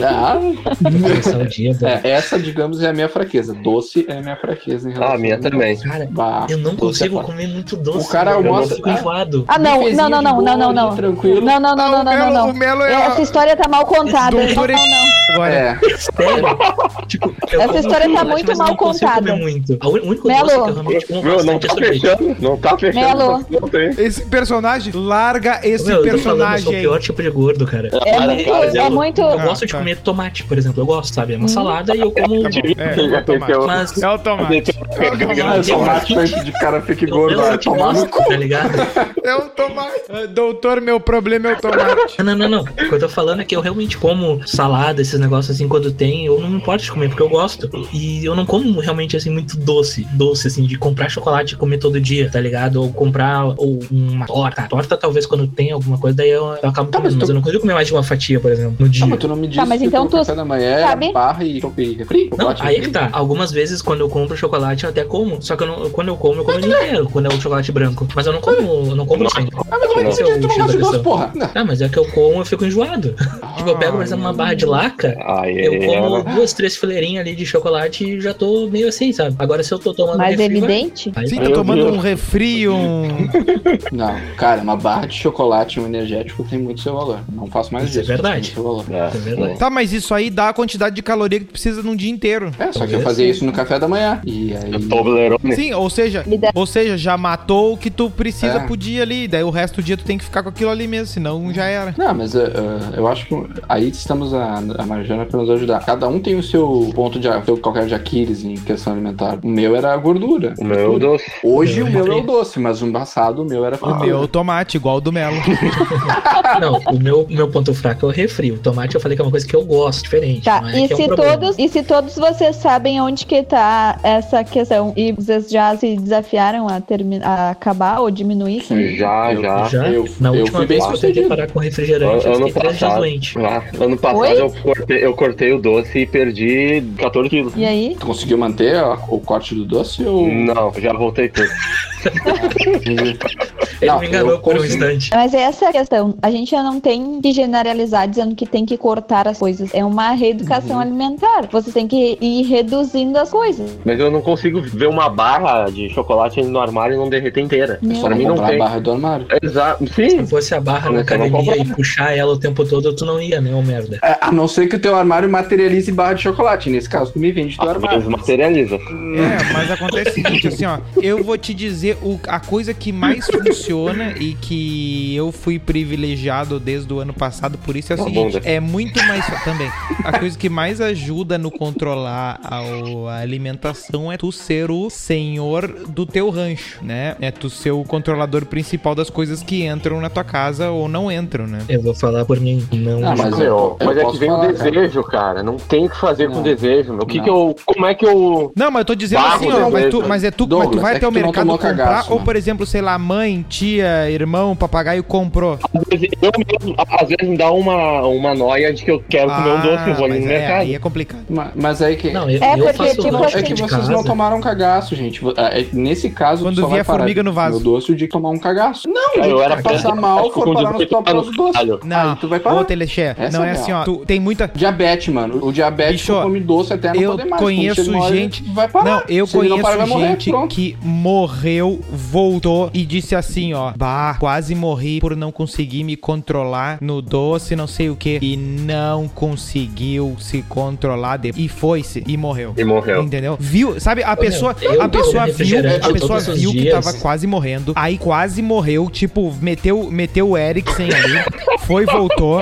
E: Ah,
A: Começar o dia, bom.
E: é, essa, digamos, é a minha fraqueza. Doce é a minha fraqueza em relação
D: Ah, minha também.
A: Cara,
E: Bah,
A: eu não
E: doce é
A: consigo
E: fácil.
A: comer muito doce.
E: O cara
A: eu
E: mostra-
A: fico enjoado.
B: Ah, não, não,
E: Bifezinho
B: não,
E: de
B: não, não, não,
E: boa,
B: não.
E: Tranquilo.
B: Não, não, não, não,
C: Ah, o
B: não,
C: Melo-
B: não,
C: o Melo
B: não.
C: é a-
B: Essa história tá mal contada.
C: Doutor-
B: Não, não, não.
C: Agora,
E: É, <laughs>
A: Sério? tipo, eu
B: Essa
A: como
B: história tá
A: chocolate,
B: muito
A: mas eu
B: mal
A: não consigo
B: contada. Né,
A: comer muito. O único
B: Melo.
A: doce que eu realmente como
D: Meu, não
A: bastante é
D: tá
A: sorvete.
D: fechando, não tá fechando.
B: Melo.
D: Não tem.
E: É.
C: Esse personagem, larga esse
A: Meu, eu tô falando, eu sou
C: personagem
A: o
C: aí.
A: pior tipo de gordo, cara.
B: É
D: Cara,
B: muito,
D: cara,
B: é
A: eu-
B: muito. Hum.
A: Eu
C: Ah,
A: gosto de
C: tá.
A: comer tomate, por exemplo. Eu gosto, sabe? É uma salada e eu como. tipo
C: Tá bom, é, é o tomate.
D: Aconteceu.
A: Mas
C: É o tomate. É o
E: Ah, <laughs> eu
C: tomate.
E: sou macho de cara fique
A: eu,
E: gordo, vai
A: eu te
E: tomar no
A: gosto,
E: cu.
A: tá ligado?
C: É o tomate. Ah, Doutor, meu problema é o tomate.
A: Não, não, não. O que eu tô falando é que eu realmente como salada, esses negócios assim, quando tem, eu não me importo de comer, porque eu gosto. E eu não como realmente assim muito doce. Doce, assim, de comprar chocolate e comer todo dia, tá ligado? Ou comprar ou uma torta. Torta, talvez, quando tem alguma coisa, daí eu, eu acabo
E: Tá, mas
A: comendo. Mas
E: tu-
A: eu não consigo comer mais de uma fatia, por exemplo, no dia.
E: Tá, mas tu não me disse
B: mas
E: que
B: então
E: teu
B: tu
E: café da manhã é
B: sabe?
E: barra e e refri?
A: Não,
E: chocolate,
A: aí é
E: refri?
A: que tá. Algumas vezes quando eu compro chocolate eu até como. Só que eu não- quando eu como, eu como ele inteiro, quando é o chocolate branco. Mas eu não como, eu não como sempre.
E: Ah, mas como é que
A: Esse
E: tu
A: é o
E: não
A: X
E: gosta
A: da
E: de doce,
A: questão.
E: porra? Não.
A: Ah, mas é que eu como, eu fico enjoado.
E: Ah,
A: tipo, eu
C: Ah.
A: pego, por exemplo, uma barra de laca,
D: Ai,
A: eu
D: é,
A: como
D: é.
A: duas, três fileirinhas ali de chocolate e já tô meio assim, sabe? Agora se eu tô tomando
B: Mais
A: refri, vai-
B: evidente.
A: vai-
C: Sim,
A: vai-
C: tá tomando um refri, um...
E: Não, cara, uma barra de chocolate e um energético tem muito seu valor. Não faço mais
A: Isso é
E: isso. tem
A: verdade.
E: muito seu valor.
A: É verdade.
C: Tá, mas isso aí dá a quantidade de caloria que tu precisa num dia inteiro.
E: É, só que eu
A: Talvez.
E: fazia isso no café da manhã. E aí.
D: né? Toblerone.
C: Sim, ou seja,
B: Me dá-
C: ou seja, já matou o que tu precisa
E: É.
C: pro dia ali. Daí o resto do dia tu tem que ficar com aquilo ali mesmo, senão já era.
E: Não, mas eh, eh, eu acho que aí estamos a, a Marjana pra nos ajudar. Cada um tem o seu ponto de seu qualquer de Aquiles em questão alimentar. O meu era a gordura.
D: Meu é Deus.
E: Hoje
A: Meu
E: o meu é o
A: refri.
E: doce, mas no passado o meu
A: Ah,
E: era
C: O meu é o tomate, igual o do Melo.
A: Não, o meu, o meu ponto fraco é o refri. O tomate eu falei que é uma coisa que eu gosto, diferente.
B: Tá,
A: não é
B: e
A: que é um
B: se,
A: problema.
B: todos, e se todos vocês sabem onde que tá essa questão e vocês já se desafiaram a, termi- a acabar ou diminuir?
D: Já, já.
A: Já,
E: Ah, eu-
A: na
E: eu
A: última vez
E: fui bem
A: que eu tentei
E: sucedido.
A: parar com refrigerante, eu
D: Ano
A: fiquei três dias
D: passado,
A: doente.
D: Ah, ano passado
B: Oi?
D: eu cortei, eu cortei o doce e perdi 14 quilos.
B: E aí?
E: Tu conseguiu manter a- o corte do doce ou.
D: Não, já voltei tudo.
A: Ele
E: Não,
A: me enganou
E: eu
A: por um
E: consegui.
A: instante.
B: Mas essa é a questão. A gente já não tem que generalizar dizendo que tem que cortar as coisas. É uma reeducação
C: Uhum.
B: alimentar. Você tem que ir reduzindo as coisas.
D: Mas eu não consigo ver uma barra de chocolate no armário e não derreter inteira.
E: É
B: Não.
E: só
D: Pra mim
E: não
D: não
E: comprar a
D: tem.
E: barra do armário.
D: Exato.
A: Se
D: Sim.
A: fosse a barra na
D: Eu não
A: academia
D: compro.
A: e puxar ela o tempo todo, tu não ia, né, ô merda?
E: É, a não ser que o teu armário materialize barra de chocolate. Nesse caso, tu me vende
C: Ah,
E: teu
D: Às vezes
E: armário.
D: materializa.
C: É, mas acontece o seguinte, assim, ó. Eu vou te dizer o- a coisa que mais funciona e que eu fui privilegiado desde o ano passado, por isso é o
D: Uma
C: seguinte:
D: bunda.
C: é muito mais. Também. A coisa que mais ajuda no controlar ao- a alimentação é tu ser o senhor do teu rancho, né? É tu ser o controlador principal das coisas que entram na tua casa ou não entram, né?
A: Eu vou falar por mim, não.
E: Ah, mas
D: Meu,
E: eu- eu
D: mas é que
E: posso
D: vem o
E: falar, cara.
D: desejo, cara. Não tem o que fazer
E: Não.
D: com desejo, meu. O que
E: Não.
D: que eu. Como é que eu.
C: Não, mas eu tô dizendo
D: Barro
C: assim, ó,
D: também,
C: mas, tu,
D: né?
C: mas é tu, mas tu
E: Douglas,
C: vai
E: é
C: até o
E: que tu não
C: mercado
E: tomou
C: comprar,
E: cagaço,
C: ou
E: né?
C: por exemplo, sei lá, mãe, tia, irmão, papagaio comprou.
D: Às vezes, eu mesmo, às vezes me dá uma, uma noia de que eu quero comer um doce, eu vou ali
C: mas
D: no
C: é,
D: mercado.
C: Aí é complicado.
E: Ma- Mas aí que.
A: Não, eu,
B: É,
A: eu
B: porque,
A: faço
B: tipo,
A: lanche
E: É que
A: de
E: vocês
A: casa.
E: não tomaram cagaço, gente. Vo- ah, é- Nesse caso,
C: Quando
E: tu só
C: vi
E: vai
C: a
E: parar
C: formiga
E: de-
C: no vaso. Ah,
E: Meu doce de tomar um cagaço. Não,
D: Aí
E: gente,
D: eu era
E: vai passar
D: criança,
E: mal,
D: eu fico
E: for
D: com
E: parar nos
D: desejo,
E: próprios
D: tá no
E: doces.
D: caralho.
C: Não,
E: Aí tu vai parar.
C: Ô, Telexé,
E: Essa
C: não
E: é
C: é
E: a
C: assim,
E: real.
C: ó. Tu tem muita.
E: Diabetes, mano. O diabetes
C: Bicho, ó,
E: come doce até não
C: eu
E: poder mais.
C: conheço
E: Quando chega uma hora,
C: gente-
E: Vai parar.
C: Não, eu
E: Se ele
C: conheço
E: não parar, vai morrer,
C: gente <laughs>
E: pronto.
C: que morreu, voltou e disse assim, ó. Bah, quase morri por não conseguir me controlar no doce, não sei o que. E não conseguiu se controlar depois. E foi-se, e morreu.
D: E morreu.
C: Entendeu? Viu? Sabe, a pessoa,
A: eu
C: a
A: tomo
C: pessoa viu,
A: refrigerante
C: a pessoa
A: todos os
C: viu que
A: dias.
C: tava quase morrendo, aí quase morreu, tipo, meteu, meteu o Eriksen ali, foi, voltou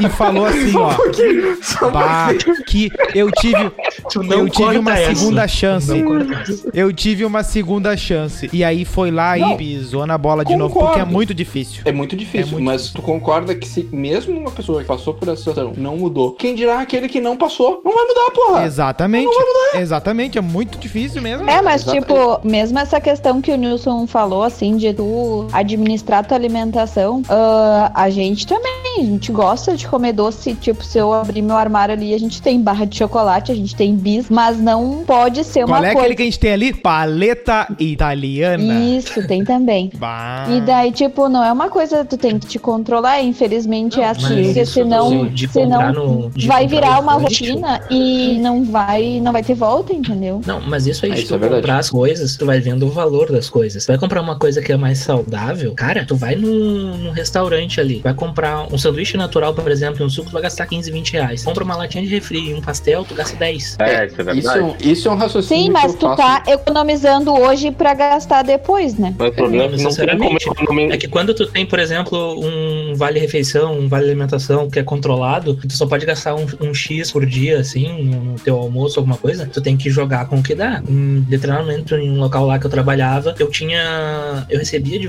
C: e falou assim, ó, bah, que eu tive,
A: Tu não
C: eu tive
A: corta
C: uma
A: essa.
C: segunda
A: Não
C: chance.
A: corta essa.
C: Eu tive uma segunda chance. E aí foi lá e
E: Não,
C: pisou na bola de novo,
E: concordo.
C: porque é muito difícil.
E: É muito difícil,
C: É muito
E: mas tu concorda que se mesmo uma pessoa que passou por essa situação não mudou, quem dirá aquele que não passou? Não vai mudar, porra.
C: Exatamente. Exatamente, é muito difícil mesmo.
B: É, mas
E: Exato.
B: tipo, mesmo essa questão que o Nilson falou, assim, de tu administrar tua alimentação, ah, a gente também assim, a gente gosta de comer doce, tipo, se eu abrir meu armário ali, a gente tem barra de chocolate, a gente tem bis, mas não pode ser uma
C: Qual é
B: coisa.
C: aquele né? que a gente tem ali? Paleta italiana.
B: Isso, tem também.
C: Bah.
E: Ah.
B: E daí, tipo, não é uma coisa que tu tem que te controlar, infelizmente é assim, porque
A: isso
B: senão,
A: do- de comprar
B: senão
A: no- de
B: vai
A: comprar
B: virar
A: o
B: uma
A: lanche-
B: rotina e não vai, não vai ter volta, entendeu?
A: Não, mas isso aí,
E: Ah,
A: se
E: isso
A: tu
E: é verdade.
A: comprar as coisas, tu vai vendo o valor das coisas. Vai comprar uma coisa que é mais saudável, cara, tu vai num, num restaurante ali, vai comprar um sanduíche natural, por exemplo, e um suco, tu vai gastar 15, 20 reais. Compra uma latinha de refri e um pastel, tu gasta 10.
H: É, isso é verdade.
E: Isso, é um- isso é um raciocínio.
B: Sim,
E: que
B: mas
E: eu
B: tu
E: faço.
B: tá economizando hoje pra gastar depois, né?
D: Mas o problema é que não tem como
A: Sinceramente,
D: economizar.
A: É que quando tu tem, por exemplo, um vale-refeição, um vale-alimentação que é controlado, tu só pode gastar um, um X por dia, assim, no no teu almoço, alguma coisa, tu tem que jogar com o que dá. Em determinado em um local lá que eu trabalhava, eu tinha. Eu recebia de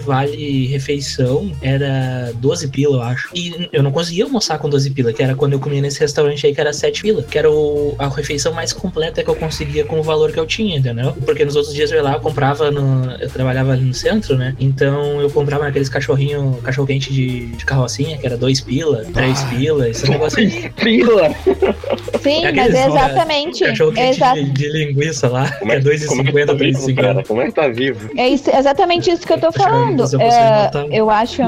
A: vale-refeição, era 12 pila, eu acho. E eu não conseguia almoçar com 12 pila, que era quando eu comia nesse restaurante aí que era 7 pila, que era o- a refeição mais completa que eu conseguia com o valor que eu tinha, entendeu? Porque nos outros dias eu ia lá, eu comprava no. Eu trabalhava ali no centro, né? Então eu comprava aqueles cachorrinho, cachorro quente de, de carrocinha, que era 2 pila,
D: Ah.
A: 3 pila, esse negócio aí.
D: Fila!
B: Sim,
A: É
B: mas
A: aqueles
B: é
A: lá,
B: exatamente.
A: Cachorro
B: É,
A: quente
B: exa
A: de, de linguiça lá,
D: Como
A: que é
D: como que
A: 2,50,
D: tá vivo,
A: 3,50.
D: cara? Como é que tá vivo?
B: é isso- é exatamente isso que eu tô
A: Deixa eu
B: falando.
A: ver se eu consigo
B: É,
A: notar.
B: eu, acho,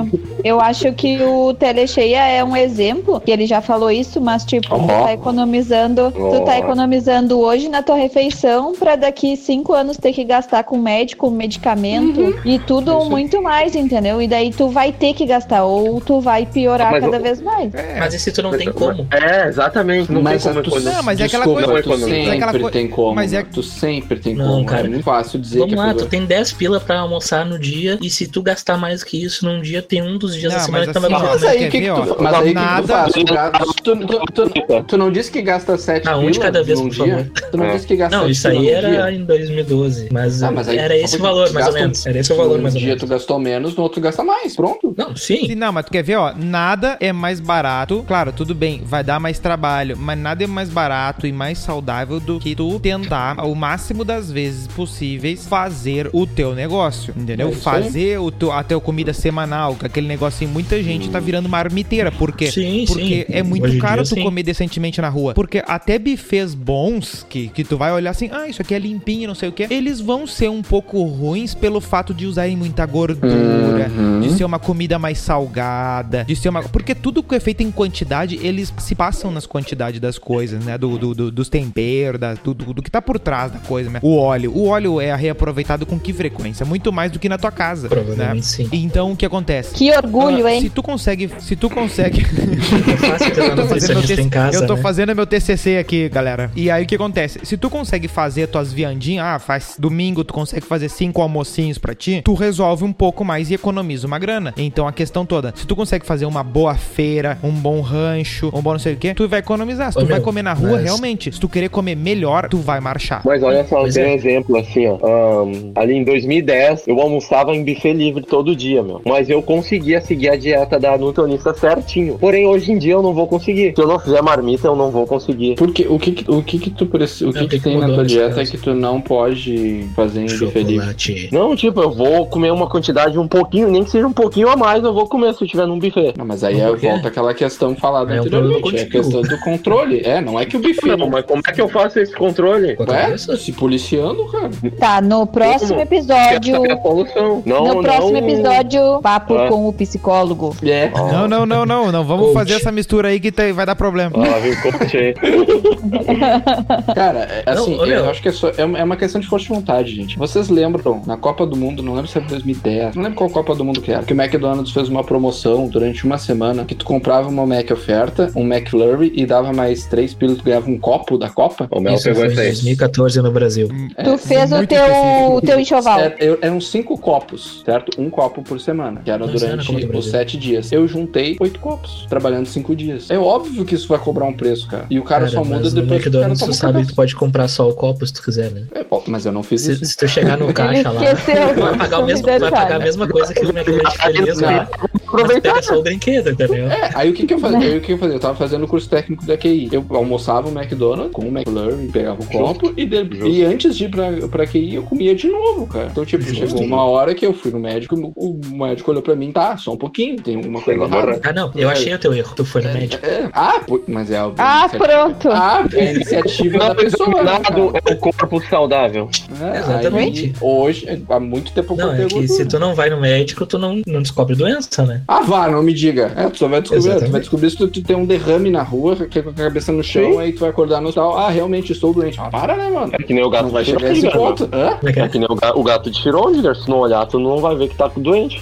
B: eu acho que o Telecheia é um exemplo, que ele já falou isso, mas tipo, tu
D: Ó.
B: tá economizando, tu
D: Ó.
B: tá economizando hoje na tua refeição pra daqui cinco anos ter que gastar com médico, medicamento e tudo
E: Isso.
B: muito mais, entendeu? E daí tu vai ter que gastar, ou tu vai piorar
D: Mas
B: cada
D: eu-
B: vez mais.
C: É.
A: Mas e se tu não
D: tá
A: tem como?
H: É, exatamente. Não
E: mas
H: tem como
E: tu,
H: economizar.
C: Não, mas é aquela
E: desculpa,
H: coisa-
E: tu
H: não é econômico.
E: sempre
H: É
C: aquela coi-
E: tem como.
C: mas é-
E: né? Tu sempre tem
A: Não,
E: como.
A: cara.
E: É muito fácil dizer
A: Vamos
E: que a
A: lá, tu
E: coisa- é
A: tem 10 pila pra almoçar no dia, e se tu gastar mais que isso num dia, tem um dos dias
C: Não,
A: da semana
C: mas
A: que né? tu vai
C: assim, ó,
A: comer.
E: Mas aí o que,
C: Quer
E: que
C: ver, ó?
E: tu, mas aí, o que que tu
C: Nada.
E: faz? Tu, gasta- tu- tu- tu- tu não disse que gasta 7
A: Ah, um de cada vez, por
E: dia? Tu não
D: É.
E: disse que gasta
A: Não,
E: sete
A: isso aí
E: pila num
A: era
E: dia?
A: em 2012, mas,
E: Ah, mas aí
A: era esse o valor,
E: tu
A: mais ou
E: gasta um-
A: menos. Era esse é o valor,
E: num
A: mais ou
E: dia
A: menos.
E: tu gastou menos, no outro gasta mais. Pronto.
A: Não, sim.
C: Sim, não, mas tu quer ver, ó, nada é mais barato. Claro, tudo bem, vai dar mais trabalho, mas nada é mais barato e mais saudável do que tu tentar o máximo das vezes possíveis fazer o teu negócio, entendeu?
E: É isso aí.
C: fazer o teu, a tua comida semanal, que aquele negócio em muita gente tá virando uma marmiteira, porque
A: Sim, sim.
C: porque é muito
A: Hoje em
C: caro
A: dia,
C: tu
A: sim.
C: comer decentemente na rua. Porque até buffets bons, que, que tu vai olhar assim, ah, isso aqui é limpinho, não sei o quê, eles vão ser um pouco ruins pelo fato de usarem muita gordura,
E: Uhum.
C: de ser uma comida mais salgada, de ser uma. Porque tudo que é feito em quantidade, eles se passam nas quantidades das coisas, né? Do, do- do- dos temperos, da, do, do- do que tá por trás da coisa, né? O óleo. O óleo é reaproveitado com que frequência? Muito mais do que na tua casa. Né?
A: Provavelmente sim.
C: Então o que acontece?
B: Que orgulho,
C: Ah,
B: hein?
C: Se tu consegue. Se tu consegue.
A: É fácil ter uma
C: Eu tô fazendo meu
A: nutricionista em
C: TCC
A: casa,
C: eu tô
A: né?
C: fazendo meu TCC aqui, galera. E aí o que acontece? Se tu consegue fazer tuas viandinhas, ah, faz domingo, tu consegue fazer cinco almocinhos pra ti, tu resolve um pouco mais e economiza uma grana. Então a questão toda, se tu consegue fazer uma boa feira, um bom rancho, um bom não sei o quê, tu vai economizar. Se
A: Ô,
C: tu vai
A: meu,
C: comer na rua,
A: mas-
C: realmente, se tu querer comer melhor, tu vai marchar.
D: Mas olha só,
A: Pois
D: tem
A: é.
D: um exemplo assim, ó. Ahn, ali em 2010, eu almoçava em buffet livre todo dia, meu. Mas eu conseguia seguir a dieta da nutricionista certinho. Porém, hoje em dia eu não vou conseguir. Se eu não fizer marmita, eu não vou conseguir.
E: Porque o que que, o que, que tu precisa, o que,
A: Não,
E: que
A: tem que
E: tem na
A: mudar
E: tua
A: esse
E: dieta é
A: negócio.
E: que tu não pode fazer
A: né?
E: em buffet livre.
A: Chocolate.
D: Não, tipo, eu vou comer uma quantidade um pouquinho, nem que seja um pouquinho a mais, eu vou comer se eu tiver num buffet.
E: Não, mas aí é
A: Por
E: eu
A: quê?
E: volta aquela questão falada
A: É um problema
E: anteriormente, é a
A: contigo.
E: questão do controle. É, não é que o buffet
H: Não, mas como é que eu faço esse controle?
A: Com a
E: é,
A: cabeça?
E: se policiando, cara.
B: Tá, no próximo episódio.
D: Essa é a solução. Não,
B: No próximo
D: não...
B: episódio, papo
D: Ah.
B: com o psicólogo.
E: É.
C: Não, não, não, não, não. Vamos
A: Coach.
C: fazer essa mistura aí que tá- vai dar problema.
D: Ah, viu, coach aí.
E: Cara, é,
A: Não,
E: assim,
A: ô, meu.
E: eu acho que é, só, é, uma- é uma questão de força de vontade, gente. Vocês lembram, na Copa do Mundo, não lembro se é era 2010, não lembro qual Copa do Mundo que era, que o McDonald's fez uma promoção durante uma semana que tu comprava uma Mac oferta, um McFlurry e dava mais três pilos, tu ganhava um copo da Copa.
D: O Mel
A: Isso
D: pegou
A: foi em
D: essa aí.
A: 2014 no Brasil.
B: tu fez o
C: muito
B: teu, o teu enxoval.
E: É, eu- eram cinco copos, certo? Um copo por semana, que era
A: Nossa, era
E: durante
A: como no
E: os
A: Brasil.
E: sete dias. Eu juntei oito copos, trabalhando cinco dias. É óbvio que isso vai cobrar um preço, cara. E o cara, só muda
A: mas
E: depois
A: no
E: que o cara
A: McDonald's
E: toma
A: tu sabe que
E: café.
A: tu pode comprar só o copo se tu quiser, né?
E: É, bom, mas eu não fiz
A: Se,
E: isso. <laughs>
A: se tu chegar no
B: Ele
A: caixa lá,
B: esqueceu.
E: <laughs>
A: vai pagar, o mesmo, vai pagar a mesma coisa que o McDonald's feliz lá.
D: aproveitar.
A: Pega só o brinquedo, entendeu?
E: É, Aí o que, que
A: <laughs>
E: eu fazia? Aí o que eu fazia? Eu tava fazendo o curso técnico da QI. Eu almoçava o McDonald's com o McFlurry, pegava o copo e, de-
D: Justo.
E: e antes de ir pra, pra QI eu comia de novo, cara. Então, tipo, chegou uma hora que eu fui no médico, o, o médico olhou pra mim, tá, só um pouquinho, tem alguma coisa
D: Pelo amor
E: errada.
A: Ah, não, eu achei o teu erro. Tu foi no médico.
E: É. Ah, pô, mas é a
B: Ah,
E: iniciativa-
B: pronto.
E: <laughs> Ah, a iniciativa da
D: Não
E: pessoa. né,
A: um
D: determinado
E: cara?
D: é o corpo saudável.
E: É,
A: Exatamente.
E: aí, hoje, há muito tempo eu
A: Não, é
E: cortei
A: que se
E: gordura.
A: tu não vai no médico, tu não, não descobre doença, né?
E: Ah, vá, não me diga. É, tu só vai descobrir.
A: Exatamente.
E: Tu vai descobrir se tu, tu tem um derrame na rua, que é com a cabeça no chão, aí tu vai acordar no hospital. Ah, realmente estou doente. Ah, para, né, mano?
D: É que nem o gato
E: Não vai
D: de
E: chegar a esse
D: Schrödinger.
E: ponto. Hã?
A: Como é que
D: É
A: é?
D: que nem o, ga- o gato de Schrödinger. Se não olhar, tu não vai ver que tá doente.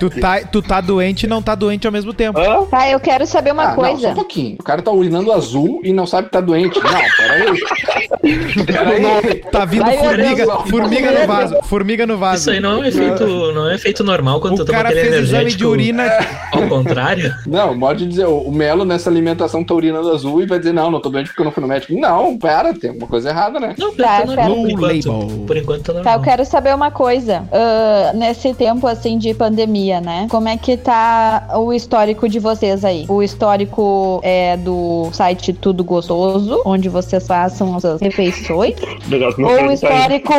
C: Tu tá, tu tá doente e não tá doente ao mesmo tempo.
D: Hã?
B: Tá, eu quero saber
E: Ah,
B: uma
E: não, só
B: coisa.
E: um pouquinho. O cara tá urinando azul e não sabe que tá doente. Não, <laughs> peraí. peraí.
C: Tá vindo
B: Vai, meu
C: formiga,
E: Deus.
C: formiga no vaso. Formiga no vaso.
A: Isso aí não é um efeito, não é um efeito normal quando
C: O
A: tu toma
C: cara
A: aquele
C: fez exame
A: é energético
C: de urina.
A: ao
E: <laughs>
A: contrário.
E: Não, pode dizer, o o Melo nessa alimentação tá urinando azul e vai dizer, não, não tô doente porque eu não fui no médico. Não, pera, tem alguma coisa errada, né?
A: Não,
B: Tá,
A: tá, normal por
C: certo.
A: enquanto.
C: Label.
A: Por enquanto tá
B: Tá, eu
A: normal.
B: quero saber uma coisa. Ah, nesse tempo, assim, de pandemia, né? Como é que tá o histórico de vocês aí? O histórico é do site Tudo Gostoso, onde vocês façam as suas refeições?
D: Melhor não
B: ou o
D: perguntar
E: tá
D: isso.
B: histórico,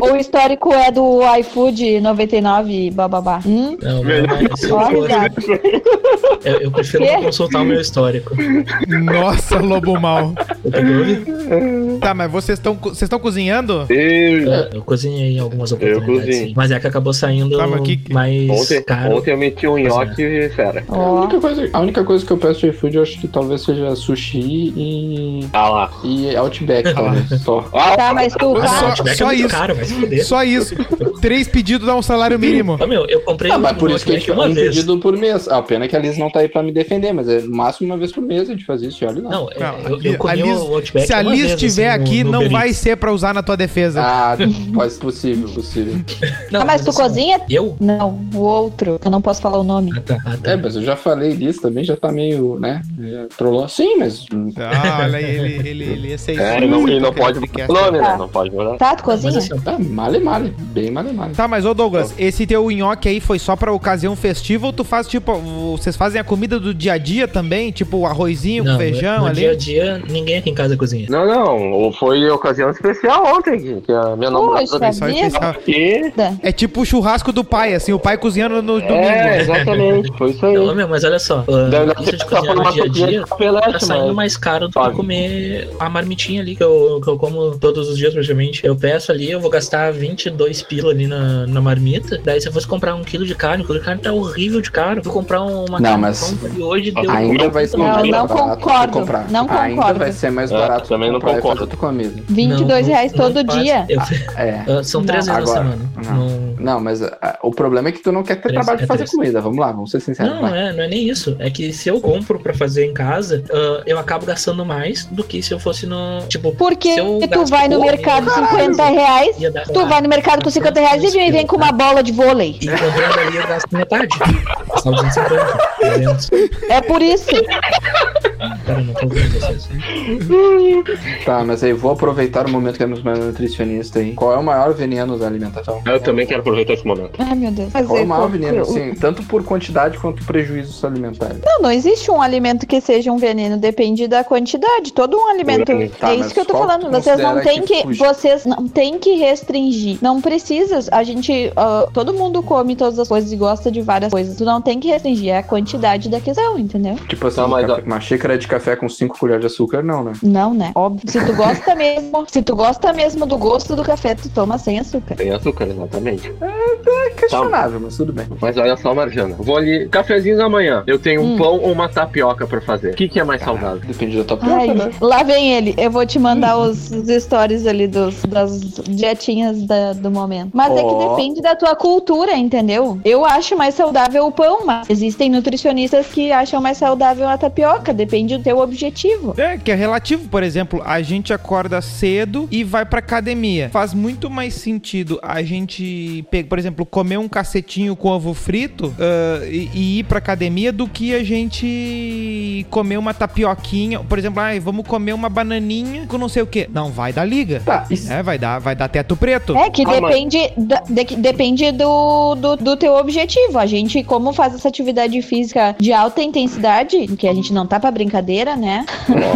B: ou o histórico é do iFood 99 bababá? Hum?
A: Não, não, mas se eu,
B: Ó,
A: for-
B: obrigado.
A: eu, eu prefiro
B: Quê?
A: não consultar o meu histórico.
C: <laughs> Nossa, lobo mal.
A: Eu,
C: <laughs>
A: peguei-
C: Tá, mas vocês estão vocês estão cozinhando?
D: E-
A: é, eu cozinhei em algumas oportunidades,
D: cozinho.
A: sim. mas é que acabou saindo
C: Tá, mas que-
A: mais
D: Ontem,
A: caro.
D: ontem eu meti um
E: é.
D: nhoque e fera.
E: A
B: Ó.
E: única, coisa, a única coisa que eu peço de iFood, eu acho que talvez seja sushi e,
D: Ah lá.
E: e
D: <laughs>
E: Outback, talvez, só.
D: Ah,
B: Tá, mas tu
C: Olha
A: Ah,
B: vai.
A: não,
C: só-
A: o Outback
C: só
A: é muito
C: isso.
A: caro, vai se fuder.
C: Só isso. Três pedidos dá um salário mínimo.
A: Ah, meu, eu comprei
E: Ah,
A: um
E: mas por isso que a
A: Outback
E: gente
A: uma
E: um
A: vez.
E: pedido por mês. A pena é que a Liz não tá aí pra me defender, mas é no máximo uma vez por mês a gente faz isso, e olha lá.
A: Não, é,
C: Não,
A: eu, eu
C: a
A: comi
C: Liz-
A: o Outback
C: Se a
A: uma
C: Liz
A: vez,
C: estiver
A: assim, no-
C: aqui,
A: no
C: não
A: Uber
C: vai
A: Eats.
C: ser pra usar na tua defesa.
E: Ah, pode possível, possível.
A: Não,
B: Ah, mas tu
A: assim,
B: cozinha?
A: Eu?
B: Não, o outro. Eu não posso falar o nome.
A: Ah, tá, ah, tá.
E: É, mas eu já falei disso também, já tá meio, né? é, Trollou. Sim, mas. hum,
C: Ah, olha aí, ele, ele, ele ia ser
D: É, não, e não
C: Aquele
D: pode
C: podcast.
D: mudar o nome,
B: Tá.
D: né? Não pode mudar.
B: Tá,
A: Mas
B: tu cozinha?
A: assim, ó,
E: Tá, male, male. Bem male, male.
C: Tá, mas ô Douglas, esse teu nhoque aí foi só pra ocasião festiva ou tu faz tipo. Vocês fazem a comida do dia a dia também? Tipo arrozinho com
A: não, é
C: feijão
A: no
C: ali?
A: dia a dia, ninguém aqui em casa cozinha.
D: Não, não. ou Foi ocasião especial ontem que- que a minha namorada
B: Poxa
D: disse
C: Só
B: vida.
C: especial.
D: que.
C: É tipo o churrasco do pai, assim, o pai cozinhando no domingo.
D: É, exatamente. Foi isso aí.
A: Não, meu, mas olha só,
D: Daí
A: ah,
D: nós
A: isso de
D: temos que
A: cozinhar
D: fazer uma
A: no dia a
D: coquinha
A: dia
D: de capelete,
A: tá saindo
D: mas-
A: mais caro do que
D: Sabe.
A: comer a marmitinha ali que eu, que eu como todos os dias praticamente. Eu peço ali, eu vou gastar 22 pila ali na, na marmita. Daí se eu fosse comprar um quilo de carne, um quilo de carne tá horrível de caro. Vou comprar um, uma
E: Não,
A: carne
E: mas-
A: pronta e hoje deu
E: Ainda vai ser um
A: Não,
E: mais
B: não
E: barato tu
B: concordo,
E: comprar.
B: não
E: Ainda
B: concordo.
E: vai ser mais
D: É,
E: barato tu
D: também não
E: comprar e
D: concordo.
E: fazer tua comida.
B: 22
A: não,
B: reais
A: não
B: todo
A: faz.
B: dia.
A: Eu-
E: É.
A: ah, são três
E: Não.
A: vezes na
E: Agora,
A: semana.
E: não.
A: Não.
E: Não, mas ah, o problema é que tu não quer ter
A: Três,
E: trabalho de
A: é
E: fazer
A: três.
E: comida. Vamos lá, vamos ser sinceros.
A: Não,
E: vai.
A: não é, não é nem isso. É que se eu compro pra fazer em casa, ah, eu acabo gastando mais do que se eu fosse no. Tipo,
B: Porque
A: se eu
B: tu
A: gasto-
B: vai no
A: Pô,
B: mercado com
A: caralho,
B: 50 reais,
A: ia dar-
B: tu vai no mercado com 50 reais e vem, vem com uma bola de vôlei.
A: E comprando ali eu gasto metade. Só 250, 300.
B: É por
A: <laughs>
B: isso.
A: Cara, eu não tô ouvindo vocês. é.
E: Tá, mas aí vou aproveitar o momento que é temos uma nutricionista aí. Qual é o maior veneno da alimentação?
D: Eu também quero aproveitar esse momento.
B: Ai, meu Deus.
E: Qual é o maior
B: Fazer
E: veneno,
B: cocô.
E: assim, tanto por quantidade quanto prejuízos alimentares?
B: Não, não existe um alimento que seja um veneno, depende da quantidade. Todo um alimento.
E: Tá,
B: é
E: mas
B: isso que eu tô
E: qual
B: falando.
E: tu
B: Vocês não
E: considera
B: têm
E: que
B: que,
E: fuja?
B: vocês não têm que restringir. Não precisa. A gente, ah, todo mundo come todas as coisas e gosta de várias coisas. Tu não tem que restringir. É a quantidade da questão, entendeu?
E: Tipo assim,
D: Tá, mas
E: café- uma xícara de café com 5 colheres de açúcar, não, né?
B: Não, né? Óbvio. Se tu gosta mesmo, se tu gosta mesmo do gosto do café, tu toma sem açúcar.
D: Tem açúcar, exatamente.
E: É questionável, mas tudo bem.
D: Mas olha só, Marjana. Vou ali. Cafezinho da manhã. Eu tenho um
B: Hum.
D: pão ou uma tapioca pra fazer. O que, que é mais saudável?
E: Depende da tua
B: Ai,
E: própria, né?
B: lá vem ele. Eu vou te mandar os, os stories ali dos, das dietinhas da- do momento. Mas é que
E: Ó.
B: depende da tua cultura, entendeu? Eu acho mais saudável o pão, mas existem nutricionistas que acham mais saudável a tapioca. Depende depende do teu objetivo.
C: É, que é relativo, por exemplo, a gente acorda cedo e vai pra academia. Faz muito mais sentido a gente, pe- por exemplo, comer um cacetinho com ovo frito ah, e, e ir pra academia do que a gente comer uma tapioquinha. Por exemplo, ai, vamos comer uma bananinha com não sei o quê. Não, vai dar liga.
E: Tá, isso,
C: É, vai dar, vai dar teto preto.
B: É que
D: Calma.
B: depende, da- de que depende do, do, do teu objetivo. A gente, como faz essa atividade física de alta intensidade, que a gente não tá pra brincadeira, né?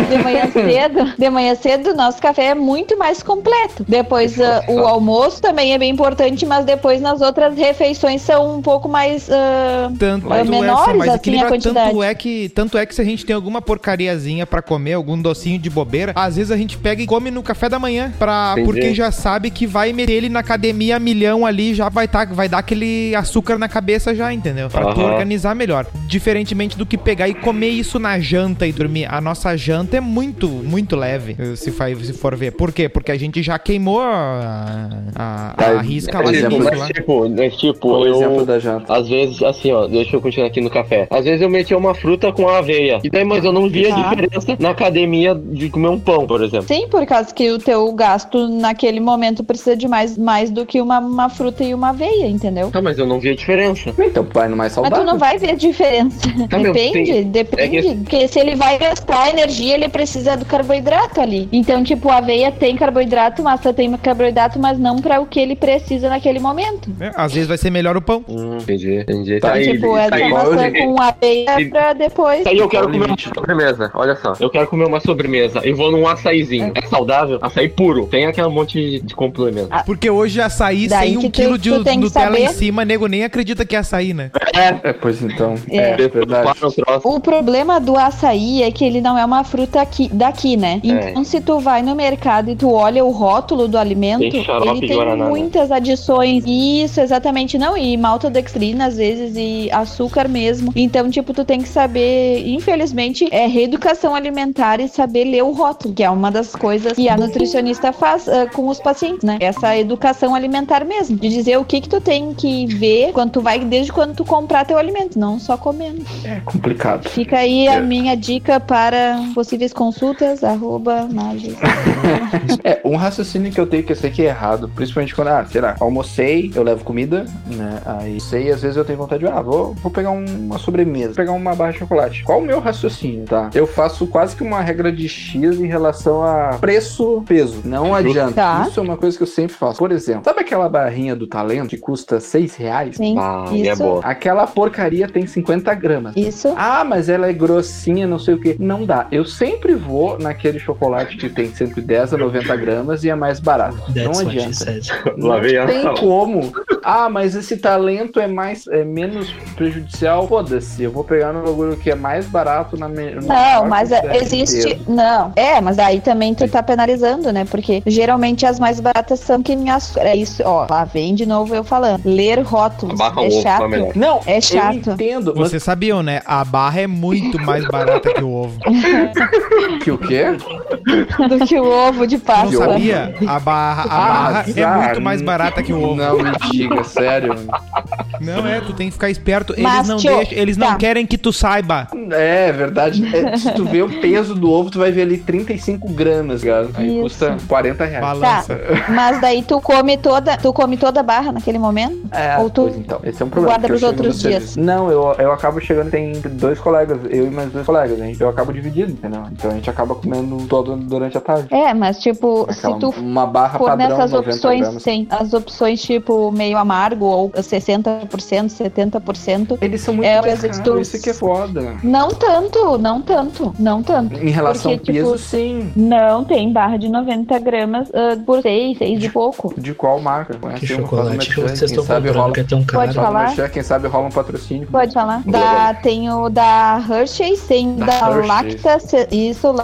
B: De manhã cedo, de manhã cedo, nosso café é muito mais completo. Depois ah, o almoço também é bem importante, mas depois nas outras refeições são um pouco mais. ah,
C: Tanto
B: Mas
C: é,
B: menores,
C: são mais
B: assim, a
C: equilibrados. tanto
B: quantidade.
C: é que tanto é que se a gente tem alguma porcariazinha pra comer, algum docinho de bobeira, às vezes a gente pega e come no café da manhã, para
D: Entendi.
C: porque já sabe que vai meter ele na academia a milhão ali, já vai tá, vai dar aquele açúcar na cabeça já, entendeu? Pra tu
D: Aham.
C: organizar melhor. Diferentemente do que pegar e comer isso na janta e dormir. A nossa janta é muito, muito leve, se, fa- se for ver. Por quê? Porque a gente já queimou a, a, a
E: Tá,
C: risca
E: por
C: lá.
E: exemplo,
C: disso
D: mas, é
C: é lá.
D: tipo, mas, tipo,
E: por
D: eu-
E: exemplo da janta.
D: Às vezes, assim, ó, deixa eu continuar aqui no café. Às vezes eu metia uma fruta com aveia. E daí, mas eu não via
B: Tá.
D: a diferença na academia de comer um pão, por exemplo.
B: Sim, por causa que o teu gasto naquele momento precisa de mais, mais do que uma, uma fruta e uma aveia, entendeu?
D: Tá, mas eu não via a diferença.
E: Então, pai, no mais
B: Mas
E: saudável.
B: tu não vai ver a
D: <laughs>
B: diferença.
D: Tá, meu,
B: depende, depende.
D: é que-
B: Porque se ele vai gastar energia, ele precisa do carboidrato ali. Então, tipo, a aveia tem carboidrato, massa tem carboidrato, mas não pra o que ele precisa naquele momento.
C: É, Às vezes vai ser melhor o pão.
D: Hum, entendi, entendi.
E: Tá,
D: Tá, aí,
B: tipo,
D: tá
B: essa
D: aí.
E: igual
B: maçã
E: ele-
B: com aveia
D: ele-
B: pra depois.
D: Tá aí eu quero
E: Tá no
D: comer uma
E: limite.
D: sobremesa, olha só. Eu quero comer uma sobremesa e vou num açaizinho. É saudável? Açaí puro. Tem aquele monte de- de complemento.
C: Porque hoje açaí
B: Daí
C: sem um
B: que tu-
C: quilo de
B: tu tem que
C: Nutella em
B: saber.
C: cima, nego nem acredita que é açaí, né?
E: É, pois então.
B: É.
E: É, verdade.
D: Para o um troço.
B: O problema do açaí é que ele não é uma fruta aqui, daqui, né?
D: É.
B: Então, se tu vai no mercado e tu olha o rótulo do alimento,
D: Tem xarope
B: ele
D: de
B: tem
D: guaraná, né?
B: muitas adições. Isso, exatamente. Não, e maltodextrina, às vezes, e açúcar mesmo. Então, tipo, tu tem que saber, infelizmente, é reeducação alimentar e saber ler o rótulo, que é uma das coisas que a nutricionista faz ah, com os pacientes, né? Essa educação alimentar mesmo. De dizer o que que tu tem que ver quando tu vai, desde quando tu comprar teu alimento, não só comendo.
E: É complicado.
B: Fica aí a minha dica para possíveis consultas, arroba Magis.
E: É, um raciocínio que eu tenho que eu sei que é errado, principalmente quando, ah, sei lá, almocei, eu levo comida, né? Aí sei, às vezes eu tenho vontade de, ah, vou, vou pegar um- uma sobremesa, vou pegar uma barra de chocolate. Qual o meu raciocínio, tá? Eu faço quase que uma regra de X em relação a preço-peso. Não adianta.
B: Tá.
E: Isso é uma coisa que eu sempre faço. Por exemplo, sabe aquela barrinha do talento que custa 6 reais?
B: Sim,
D: Ah, e é
B: Isso.
D: boa.
E: Aquela porcaria tem 50 gramas.
B: isso.
E: Ah, mas ela é grossinha, não sei o que. Não dá. Eu sempre vou naquele chocolate que tem 110 a 90 gramas e é mais barato.
A: That's
E: não
A: what she
E: adianta.
A: said.
D: Lá
E: Não
D: vem a
E: tem
D: sal.
E: como. Ah, mas esse talento é mais é menos prejudicial. Foda-se, eu vou pegar no bagulho que é mais barato na me... na
B: Não,
E: maior
B: mas é,
E: quantidade
B: existe.
E: inteira.
B: Não. É, mas aí também tu tá penalizando, né? Porque geralmente as mais baratas são que nem as. É isso, ó. Lá vem de novo eu falando. Ler rótulos.
D: Abarra o
B: É
D: ovo, tá
B: chato.
D: melhor.
E: Não,
B: É
E: eu
B: chato.
E: entendo. Mas
C: Vocês sabiam, né? A barra é muito mais barata que o ovo.
E: que o quê?
B: <laughs> Do que o ovo de
C: Tu <laughs> não
B: pasta.
C: sabia? A barra, a barra é
E: Ah,
C: muito mais barata que o ovo.
E: Não, me diga, sério.
C: Não é, tu tem que ficar esperto. Eles
B: Mas,
C: não
B: tio,
C: deixam, eles não
B: tá.
C: querem que tu saiba.
E: É verdade.
B: <laughs>
E: É, se tu vê o peso do ovo, tu vai ver ali 35 gramas, cara. Aí
B: Isso.
E: custa 40 reais.
C: Balança.
B: Mas daí tu come toda. Tu come toda a barra naquele momento?
E: É,
B: Ou tu
E: pois então, esse é um problema.
B: guarda
E: porque eu
B: pros
E: chego no
B: outros
E: serviço. Não, eu, eu acabo chegando, tem dois colegas, eu e mais dois colegas, a gente- eu acabo dividindo, entendeu? Então a gente acaba comendo todo durante a tarde.
B: É, mas tipo, se tu
E: uma barra
B: for
E: padrão,
B: nessas
E: 90
B: opções,
E: gramas.
B: tem as opções tipo meio amargo ou 60%, 70%.
E: Eles são muito
B: É, mas
E: mais caros,
B: tu-
E: isso que é foda.
B: Não tanto, não tanto, não tanto.
E: Em relação
B: Porque,
E: ao
B: tipo,
E: peso, sim.
B: Não, tem barra de 90 gramas ah, por 6, 6 e pouco.
E: De qual marca?
A: Que
E: Conhece uma, faz uma
A: chocolate que
E: merchan,
A: vocês
E: quem
A: estão
E: sabe
A: comprando
E: rola...
A: que é tão
B: Pode
A: caro.
E: faz uma
B: falar?
E: merchan, quem sabe rola um patrocínio.
B: Pode falar?
D: Boa,
B: Da, tem o da Hershey's, tem
E: Da
B: da,
E: Hershey's.
B: Lacta, se- isso, uh,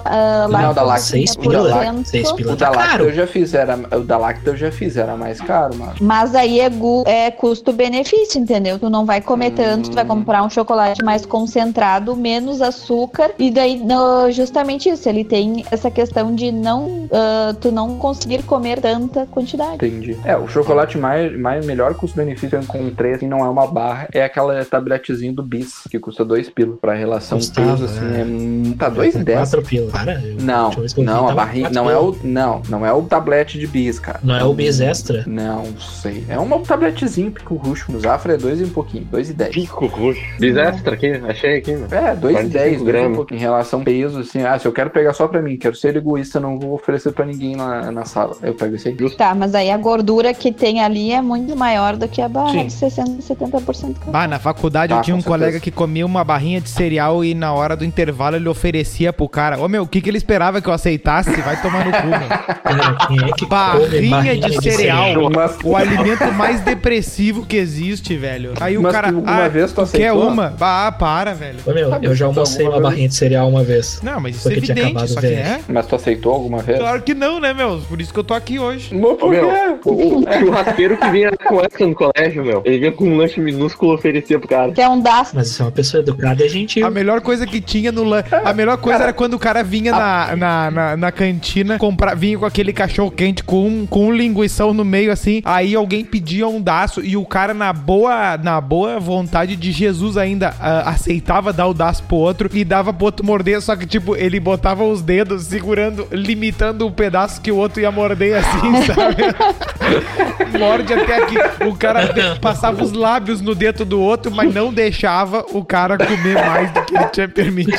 E: Não, da Lacta.
A: Seis
B: 60%.
A: pila. Seis pila
E: O
A: tá
E: da Lacta
A: caro.
E: eu já fiz, era... O da Lacta eu já fiz, era mais caro, mano.
B: Mas aí é, gu- é custo-benefício, entendeu? Tu não vai comer tanto, tu vai comprar um chocolate mais concentrado, menos açúcar. E daí, no- justamente isso, ele tem essa questão de não ah, tu não conseguir comer tanta quantidade.
E: Entendi. É, o chocolate mais, mais melhor custo-benefício que eu encontrei, assim, não é uma barra, é aquela tabletezinha do Bis, que custa dois pilos. Pra relação
A: Custava,
E: peso, assim,
A: né?
E: é... hum, tá dois dez.
A: Quatro pila. Para. eu-
E: Não,
A: deixa eu ver se eu vi,
E: não, a
A: tava
E: barrinha,
A: quatro
E: não é
A: pila.
E: o, não, não é o tablete de Bis, cara.
A: Não é o bis extra?
E: Não sei. É um tabletezinho pico ruxo. No Zafra é dois e um pouquinho. Dois e dez.
D: Pico roxo. Bisestra aqui, achei aqui, mano.
E: É, dois e
D: 45
E: dez, dois e um
D: gramas.
E: pouquinho. Em relação ao peso, assim, ah, se eu quero pegar só pra mim, quero ser egoísta, não vou oferecer pra ninguém na, na sala. Eu pego esse aí.
B: Tá, mas aí a gordura que tem ali é muito maior do que a barra
E: Sim.
B: de 60, 70%.
C: Bah, na faculdade eu
E: Tá,
C: tinha um
E: com certeza.
C: colega que comia uma barrinha de cereal e na hora do intervalo ele oferecia pro cara. Ô meu, o que, que ele esperava que eu aceitasse? Vai tomar no cu, meu.
A: Cara, quem é que come
C: Barrinha de cereal.
E: Mas,
C: O alimento mais depressivo que existe, velho. Aí o
E: mas
C: cara.
E: tu- uma
C: ah,
E: vez tu
C: tu quer
E: aceitou?
C: uma? Ah, para, velho.
A: Ô, meu,
E: Sabe,
A: eu já
E: então,
A: almocei
E: alguma
A: uma
E: coisa-
A: barrinha de cereal uma vez.
C: Não, mas isso
A: Só
C: é
A: que tinha
C: evidente,
A: acabado né?
C: só
A: o
C: que é.
A: VS.
E: Mas tu aceitou alguma vez?
C: Claro que não, né, meu? Por isso que eu tô aqui hoje.
E: Mas por
D: Meu,
E: quê?
D: o, o churrasqueiro que vinha com essa no colégio, meu. Ele vinha com um lanche minúsculo e oferecia pro cara.
B: Que é um daço.
A: Mas isso é uma pessoa educada e gentil.
C: A melhor coisa que tinha no lan... A melhor coisa era quando o cara vinha na, na, na, na cantina, comprar, vinha com aquele cachorro quente com um, com um linguição no meio, assim. Aí alguém pedia um daço e o cara, na boa, na boa vontade de Jesus ainda, ah, aceitava dar o daço pro outro e dava pro outro morder. Só que, tipo, ele botava os dedos segurando, limitando o pedaço que o outro ia morder, assim, <laughs> sabe? Morde até aqui. O cara de- passava os lábios no dedo do outro, mas não deixava o cara comer mais do que ele tinha permitido.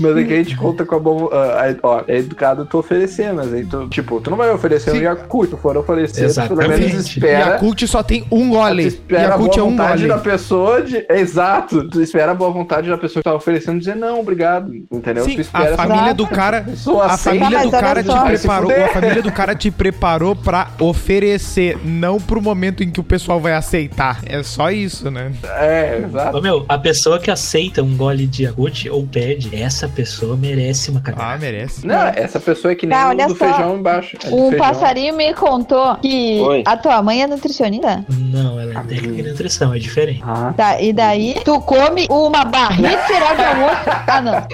E: Mas é que a gente conta com a boa. ah, ah, ó, é educado tu oferecer, mas aí tu, tipo, tu não vai oferecer
C: Sim.
E: um Yakult, tu for oferecer, tu pelo menos
A: Exatamente.
E: espera.
C: Yakult só tem um
E: Tu
C: gole.
E: espera a
C: Yakult
E: boa
C: é um
E: vontade
C: gole.
E: da pessoa de. Exato. Tu espera a boa vontade da pessoa que tá oferecendo dizer não, obrigado. Entendeu? tu
C: Sim,
E: espera
C: a família
B: Exato.
C: do cara.
E: pessoa
C: A
E: aceita.
C: família do
B: Tá, Mas olha
C: cara te
B: só.
E: Tá, Vai se
C: preparou.
E: fuder.
C: A família do cara te preparou pra oferecer, não pro momento em que o pessoal vai aceitar. É só isso, né?
E: É, exato.
A: Ô, meu, a pessoa que aceita um gole de iogurte ou pede, essa pessoa merece uma
C: Ah,
A: cagada.
C: merece.
E: Não, essa pessoa é que nem
B: Tá,
E: o
B: olha
E: do
B: só.
E: feijão embaixo. É do
B: Um
E: feijão.
B: passarinho me contou que
D: Oi.
B: a tua mãe é nutricionista.
A: Não, ela é técnica de nutrição, é diferente.
E: Ah,
B: Tá, e daí tu come uma barrinha de cereal de almoço. Ah, não.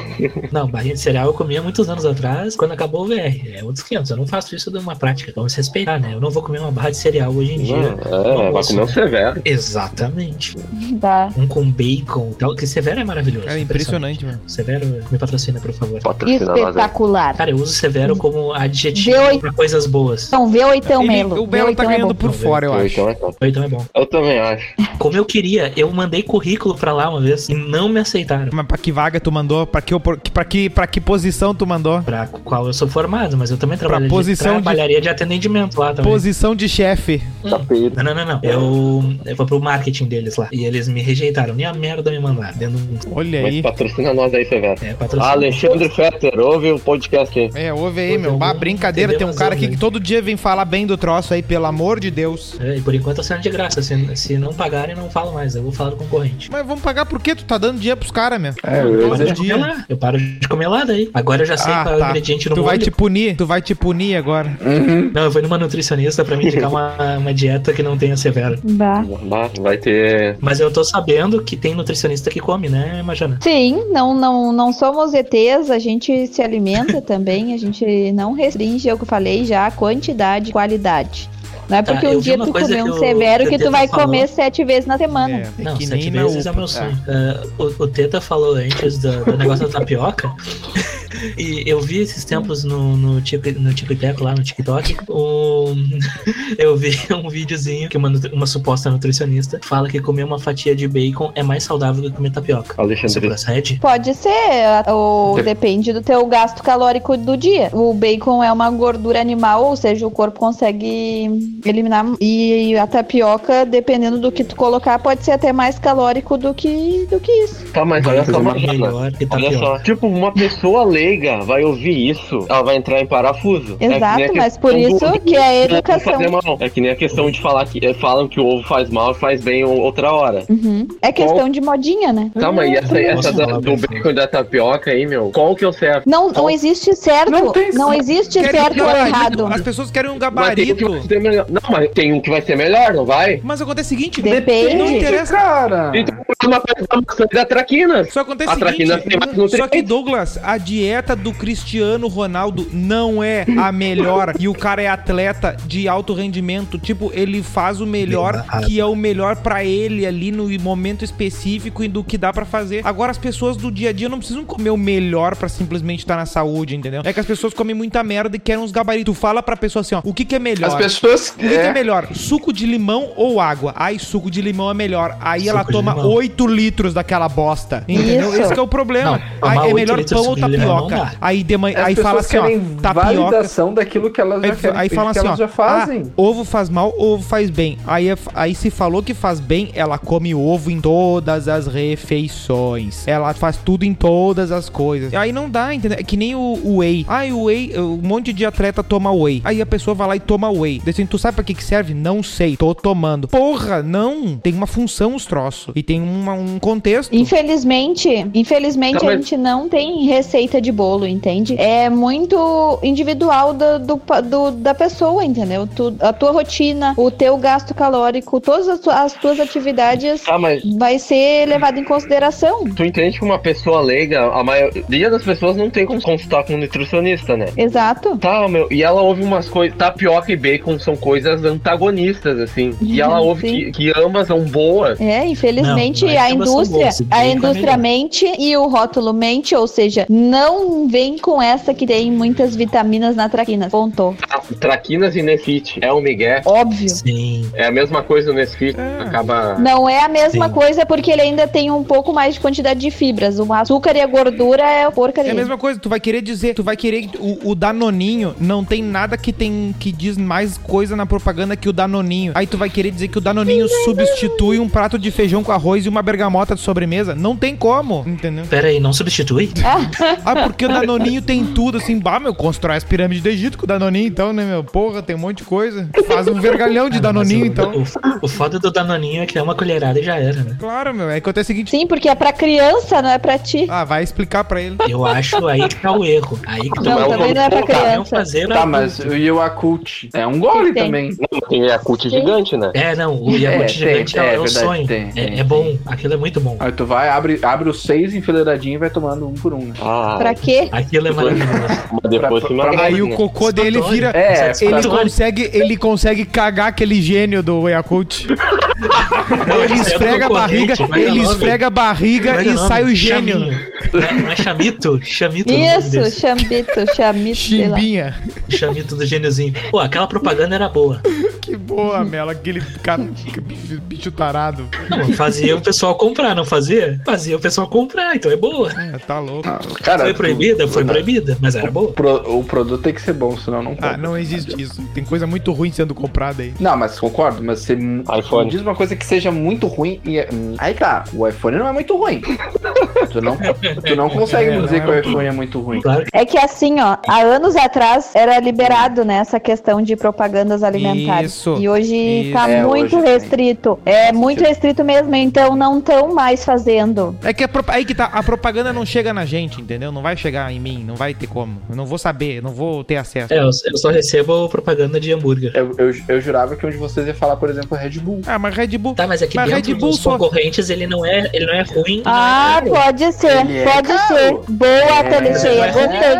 A: Não, barrinha de cereal eu comia muitos anos atrás, quando acabou o VR. É outros 500. Eu não faço isso de uma prática. Vamos respeitar, né? Eu não vou comer uma barra de cereal hoje em dia.
D: Não, é, vai comer um severo.
A: Exatamente.
B: Tá.
A: Um com bacon e tal. Que Severo é maravilhoso.
C: É impressionante, mano.
A: Severo, me patrocina, por favor.
B: Espetacular.
A: Cara, eu uso severo como adjetivo
B: Deu oito.
A: pra coisas boas.
B: Então vê o Eitão
C: Ele-
B: Melo.
C: o Belo
B: Vê
C: tá
B: Eitão é bom.
C: ganhando por fora, eu
D: Eu,
C: acho.
D: então, é top.
A: Então é bom.
D: eu também acho.
A: Como eu queria, eu mandei currículo pra lá uma vez e não me aceitaram.
C: Mas pra que vaga tu mandou? Pra que, opor- pra que, pra que posição tu mandou?
A: Pra qual eu sou formado, mas eu também trabalho
C: posição de-
A: trabalharia de... atendimento lá também.
C: Posição de chefe.
B: Hum.
D: Tapete.
A: Não, não, não, não. Eu, eu vou pro marketing deles lá. E eles me rejeitaram. Nem a merda me mandaram. Dentro de um.
C: Olha
D: Mas
C: aí.
D: patrocina nós aí, severo.
A: É, patrocínio.
D: Alexandre Fetter, ouve o podcast aí.
C: É, ouve aí,
A: Pois
C: meu.
A: eu
C: Bah,
A: vou
C: brincadeira.
A: entender
C: Tem um
A: mais
C: cara
A: ou
C: aqui que
A: menos.
C: todo dia vem falar bem do troço aí, pelo amor de Deus.
A: É, e por enquanto tá sendo de graça. Se, se não pagarem, eu não falo mais. Eu vou falar do concorrente.
C: Mas vamos pagar por quê? Tu tá dando dinheiro pros caras, meu.
E: é, eu ia
A: Eu paro
E: dizer.
A: de comer lá. Eu paro de comer lá daí. Agora eu já sei
C: Ah,
A: qual é
C: tá.
A: o ingrediente no
C: Tu vai
A: molho.
C: te punir, tu vai te punir agora.
E: uhum.
A: Não, eu fui numa nutricionista pra me indicar uma, uma dieta que não tenha severo.
B: Bah.
D: Bah, Vai ter.
A: Mas eu tô sabendo que tem nutricionista que come, né, Majana?
B: Sim, não, não, não somos ETs, a gente se alimenta também, a gente não restringe, é o que eu falei já, a quantidade e qualidade. Não é
A: Tá,
B: porque
A: eu
B: um
A: vi
B: dia
A: uma
B: tu
A: coisa
B: comer
A: que
B: um
A: o
B: severo que tu
A: Teta
B: vai
A: falou.
B: comer sete vezes na semana.
C: É, é
A: não,
C: que
A: sete
C: nem na
A: vezes é
C: UPA.
A: meu sonho. Ah, o, o Teta falou antes do, do negócio da
C: <laughs>
A: tapioca. e eu vi esses tempos no, no, Tico- no Tico e Teco, lá no TikTok. Um, <laughs> eu vi um videozinho que uma, nutri- uma suposta nutricionista fala que comer uma fatia de bacon é mais saudável do que comer tapioca. Isso
D: Alexandre.
A: procede?
B: Pode ser, a- ou
E: Dep-
B: depende do teu gasto calórico do dia. O bacon é uma gordura animal, ou seja, o corpo consegue eliminar. E a tapioca, dependendo do que tu colocar, pode ser até mais calórico do que, do que isso.
D: Tá, mas olha só,
E: Fazer uma
D: Mariana.
A: Melhor que
D: Olha
A: tapioca.
D: só, tipo, uma pessoa leiga vai ouvir isso, ela vai entrar em parafuso. É que nem a
B: Exato,
D: questão
B: mas por
D: do-
B: isso
D: do-
B: que é
D: do ovo
B: educação.
D: fazer mal. É que nem a questão de falar que é, falam que o ovo faz mal e faz bem ou- outra hora.
B: Uhum. É questão de modinha, né?
D: Tá, mas e essa, essa
A: Nossa,
D: da-
A: fala
D: do
A: bem.
D: bacon e da tapioca aí, meu? Qual que é o certo?
B: Não, não existe certo.
E: Não
B: Não,
E: tem-
B: existe
C: Querem um
B: certo ou
C: gabarito.
B: errado.
C: As pessoas querem um
D: Mas tem um que vai
C: gabarito.
D: ser melhor. Não, mas tem um que vai ser melhor, não vai?
C: Mas acontece o seguinte,
B: Depende.
C: não interessa.
B: Ah.
E: Cara.
D: Então, a mesma coisa da maçã e da traquina.
C: Só acontece
D: A
C: o seguinte,
D: traquina tem mais
C: só
D: nutrientes.
C: que Douglas, a dieta do Cristiano Ronaldo não é a
D: <laughs>
C: melhor e o cara é atleta de alto rendimento, tipo, ele faz o melhor
A: Bem,
C: que é o melhor pra ele ali no momento específico e do que dá pra fazer. Agora as pessoas do dia a dia não precisam comer o melhor pra simplesmente estar na saúde, entendeu? É que as pessoas comem muita merda e querem uns gabaritos. Tu fala pra pessoa assim, ó, o que que é melhor?
E: As pessoas.
C: O que que é
E: <laughs> é.
C: melhor? Suco de limão ou água? Ai, suco de limão é melhor. Aí
A: Suco
C: ela
A: de
C: toma
A: limão.
C: 8 litros daquela bosta. Entendeu?
B: Isso.
C: Esse que é o problema.
A: Não,
C: Aí
A: tomar
C: é
A: oito
C: melhor
A: litros
C: pão
A: de
C: ou
A: suco de limão não
C: tapioca.
A: dá.
C: Aí, de manhã,
E: As
C: aí
E: pessoas
C: fala assim, ó,
E: querem
C: tapioca.
E: validação daquilo que elas já
C: Aí, fa-
E: querem,
C: aí fala
E: que
C: assim, ó,
E: elas já fazem.
C: "Ah, ovo faz mal, ovo faz bem. Aí, é- aí se falou que faz bem, ela come ovo em todas as refeições. Ela faz tudo em todas as coisas. Aí não dá, entendeu? É que nem o, o whey. Ah, o whey, um monte de atleta toma whey. Aí a pessoa vai lá e toma whey. Daí assim, tu sabe pra que que serve? Não sei, tô tomando. Porra, não. Tem uma função os troços. E tem uma- um contexto.
B: Infelizmente, infelizmente
D: Não,
B: a
D: mas-
B: gente não tem receita de bolo, entende? É muito individual do, do pa- do- da pessoa, entendeu? Tu- a tua rotina, o teu gasto calórico, todas as, tu- as tuas atividades
D: Tá, mas
B: vai ser levado em consideração.
D: tu entende que uma pessoa leiga, a maioria das pessoas não tem como consultar com um nutricionista, né?
B: Exato.
D: Tá, meu, e ela ouve umas coisas. Tapioca e bacon são coisas antagonistas, assim. E ela ouve
B: Sim.
D: que, que ambas são boas.
B: É, infelizmente
A: Não, não é
B: a
A: que ambas são
B: indústria,
A: boas, se bem
B: a
A: com a
B: indústria
A: melhor.
B: mente e o rótulo mente, ou seja, não vem com essa que tem muitas vitaminas na traquina. Ponto.
D: Tá? Traquinas e Nesfit. É o Miguel.
B: Óbvio.
A: Sim.
D: É a mesma coisa o Nesfit. Acaba.
B: Não é a mesma
A: Sim.
B: coisa porque ele ainda tem um pouco mais de quantidade de fibras. O açúcar e a gordura é porcaria.
C: É a mesma coisa, tu vai querer dizer, tu vai querer o, o Danoninho não tem nada que tem que diz mais coisa na propaganda que o Danoninho. Aí tu vai querer dizer que o Danoninho substitui um prato de feijão com arroz e uma bergamota de sobremesa? Não tem como, entendeu?
A: Pera aí, não substitui?
C: Ah, porque o Danoninho tem tudo assim, bah, meu, constrói as pirâmides do Egito com o Danoninho então, né, meu? Porra, tem um monte de coisa. Faz um vergalhão de Danoninho
A: Ah, Mas o-
C: então.
A: O, o foda do Danoninho é que é uma colherada e já era, né?
C: Claro, meu, é que acontece o seguinte,
B: Sim, porque é pra criança, não é pra ti.
C: ah, vai explicar pra ele.
A: Eu acho aí que tá o erro. Aí que
B: Não,
A: tá o
B: também
A: erro.
B: não é pra
A: Pô, cara,
B: criança.
A: não
C: ah,
A: fazer
E: Tá, mas e o Acult? É um gole
B: Tem.
E: também.
D: Não, tem a cult gigante, né?
A: É, não, o Yakult
E: É,
A: gigante
E: tem,
A: é,
E: é
A: é um
E: verdade,
A: sonho.
E: tem,
A: é,
E: tem,
A: é
E: tem.
A: bom, aquilo é muito bom.
E: Aí tu vai, abre, abre os seis enfileiradinhos e vai tomando um por um. né?
D: Ah,
B: Pra quê?
A: Aquilo é
E: <laughs>
A: maravilhoso.
D: mas depois
E: pra-
D: se
E: pra-
D: magoa,
C: Aí o
D: né?
C: cocô dele
A: Satisfatório.
C: vira
E: É,
C: Ele
A: Satisfatório.
C: consegue, ele consegue cagar aquele gênio do Yakult. Ele
A: Isso é
C: esfrega a
A: concorrente,
C: barriga,
A: como é que é o
C: ele
A: nome?
C: esfrega a
A: Como
C: barriga
A: é que é
C: e
A: nome?
C: sai o gênio.
A: Chaminho. Não é- não é chamito? Chamito. é o nome
B: Isso,
A: desse.
B: chambito, chamito, sei lá.
C: Chimbinha.
A: Chamito do gêniozinho. Pô, aquela propaganda era boa.
C: Que boa, Mela, aquele cara, que bicho bicho tarado.
A: Não, fazia o pessoal comprar, não fazia? Fazia o pessoal comprar, então é boa.
C: É, Tá louco.
E: Cara,
A: Foi
E: tu-
A: proibida? Foi
E: não.
A: proibida, mas era boa.
E: Pro- o produto tem que ser bom, senão não
C: Ah,
E: pode.
C: não existe isso. Tem coisa muito ruim sendo comprada aí.
E: Não, mas concordo, mas você me
D: iPhone.
E: diz uma coisa que seja muito ruim e é- hum, aí tá, o iPhone não é muito ruim. tu, não, tu não
C: É,
E: consegue me
C: não
E: dizer
C: é
E: que o
C: muito
E: iPhone é muito ruim.
A: Claro que
B: É que assim, ó, há anos atrás era liberado, né, essa questão de propagandas alimentares.
C: Isso.
B: E hoje
C: Isso.
B: tá
E: É,
B: muito
E: hoje tem.
B: restrito. É muito restrito mesmo, então não tão mais fazendo.
C: É que a pro- aí que tá, a propaganda não chega na gente, entendeu? Não vai chegar em mim, não vai ter como. Eu não vou saber, eu não vou ter acesso.
A: É, eu, eu só recebo propaganda de hambúrguer.
E: Eu, eu, eu jurava que um de vocês ia falar, por exemplo, Red Bull.
C: Ah, mas Red Bull.
A: Tá, mas aqui
C: Mas Red
A: dentro
C: Bull
A: dos
C: só-
A: concorrentes ele não é, ele não é ruim.
B: Ah,
A: não é caro.
B: pode ser,
E: Ele é
B: pode
E: caro.
B: ser. Boa,
E: É,
B: Teliceia.
A: mas-
B: Gostei,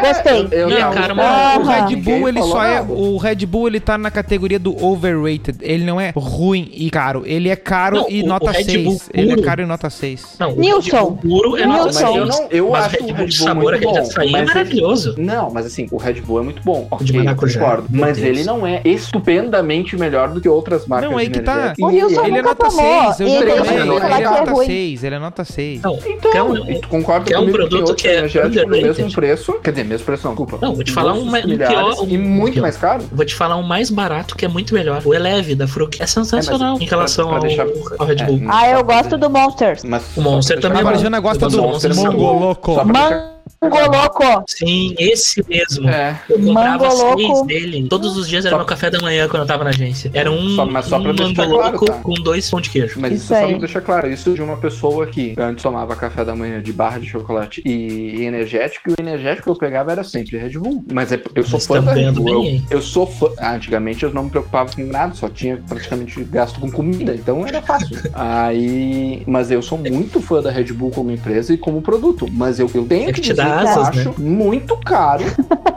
B: gostei.
E: Eu,
A: Não,
E: não,
A: cara,
B: mas-
C: O Red Bull,
E: Ah, Ninguém
C: ele
E: falou
C: só é.
E: nada.
C: O Red Bull, ele tá na categoria do overrated. Ele não é ruim e caro. Ele é caro
A: Não,
C: e
A: o-
C: nota
A: o Red
C: 6.
A: Bull
C: ele é
A: puro.
C: caro e nota 6.
A: Não, o
B: Nilson.
A: Red Bull puro é
B: Nilson.
A: nota
E: Não, mas eu
A: 6.
E: não, eu
A: Mas
E: acho
A: Red
E: o
A: Bull
E: Red
A: de
E: Bull
A: sabor
E: muito
A: aquele
E: bom.
A: de açaí é
E: mas ele-
A: maravilhoso.
E: Não, mas assim, o Red Bull é muito bom. ok,
A: maracujá.
E: Concordo.
A: Meu
E: Mas
A: Deus.
E: ele não é estupendamente melhor do que outras marcas.
C: Não, aí
E: de
C: que tá.
E: energético.
B: O
E: E
B: Wilson
C: Ele
E: ele
C: é
B: nunca
E: é-
C: nota
B: tomou.
C: 6. Eu
B: E
C: já
E: ele
C: tomei. Ele
E: vai falar
C: é
E: que é
C: nota
B: ruim.
C: 6. Ele é nota 6.
A: Não,
E: Então,
A: quer um-
E: e tu concorda
A: quer um
E: comigo
A: produto
E: outros
A: que é
E: energéticos no
A: underrated?
E: mesmo preço? Quer dizer, mesmo preço não, desculpa.
A: Não, vou te falar um
E: Dois
A: mais- um
E: milhares
A: pior, um-
E: E muito
A: pior.
E: mais caro. É,
A: Vou te falar um mais barato que é muito melhor. O Eleve da Fruc é sensacional em relação
E: pra
A: ao,
E: deixar-
A: ao Red Bull.
E: É,
B: Ah, eu gosto do Monsters.
E: Mas
A: O Monster
E: só pra
A: também
C: A
E: deixar
A: é bom.
C: Marjana
E: claro,
C: gosta
A: Mas
C: do
A: o Monster é muito
E: bom.
C: Mongoloco.
E: Só pra deixar-
B: Mangoloco.
A: Sim, esse mesmo.
E: É.
A: Eu comprava
B: Mango
A: seis
B: louco.
A: dele. Todos os dias era
E: Só-
A: meu café da manhã quando eu tava na agência. Era um,
E: Só- mas só pra
A: um
E: deixar
A: mango
E: claro,
A: louco
E: tá?
A: com dois pão de queijo.
E: Mas
B: Isso
E: isso só
B: aí.
E: me deixa claro, isso de uma pessoa que antes tomava café da manhã de barra de chocolate e energético, e o energético que eu pegava era sempre Red Bull. Mas é- eu sou
A: Mas
E: fã
A: tá
E: da Red
A: vendo
E: Bull.
A: bem, hein?
E: eu, eu sou fã. Ah, Antigamente eu não me preocupava com nada, só tinha praticamente gasto com comida, então era fácil. aí. Mas eu sou muito fã da Red Bull como empresa e como produto. Mas eu, eu tenho
A: É
E: que
A: que te
E: dizer
A: dá
E: que eu
A: asas,
E: acho muito caro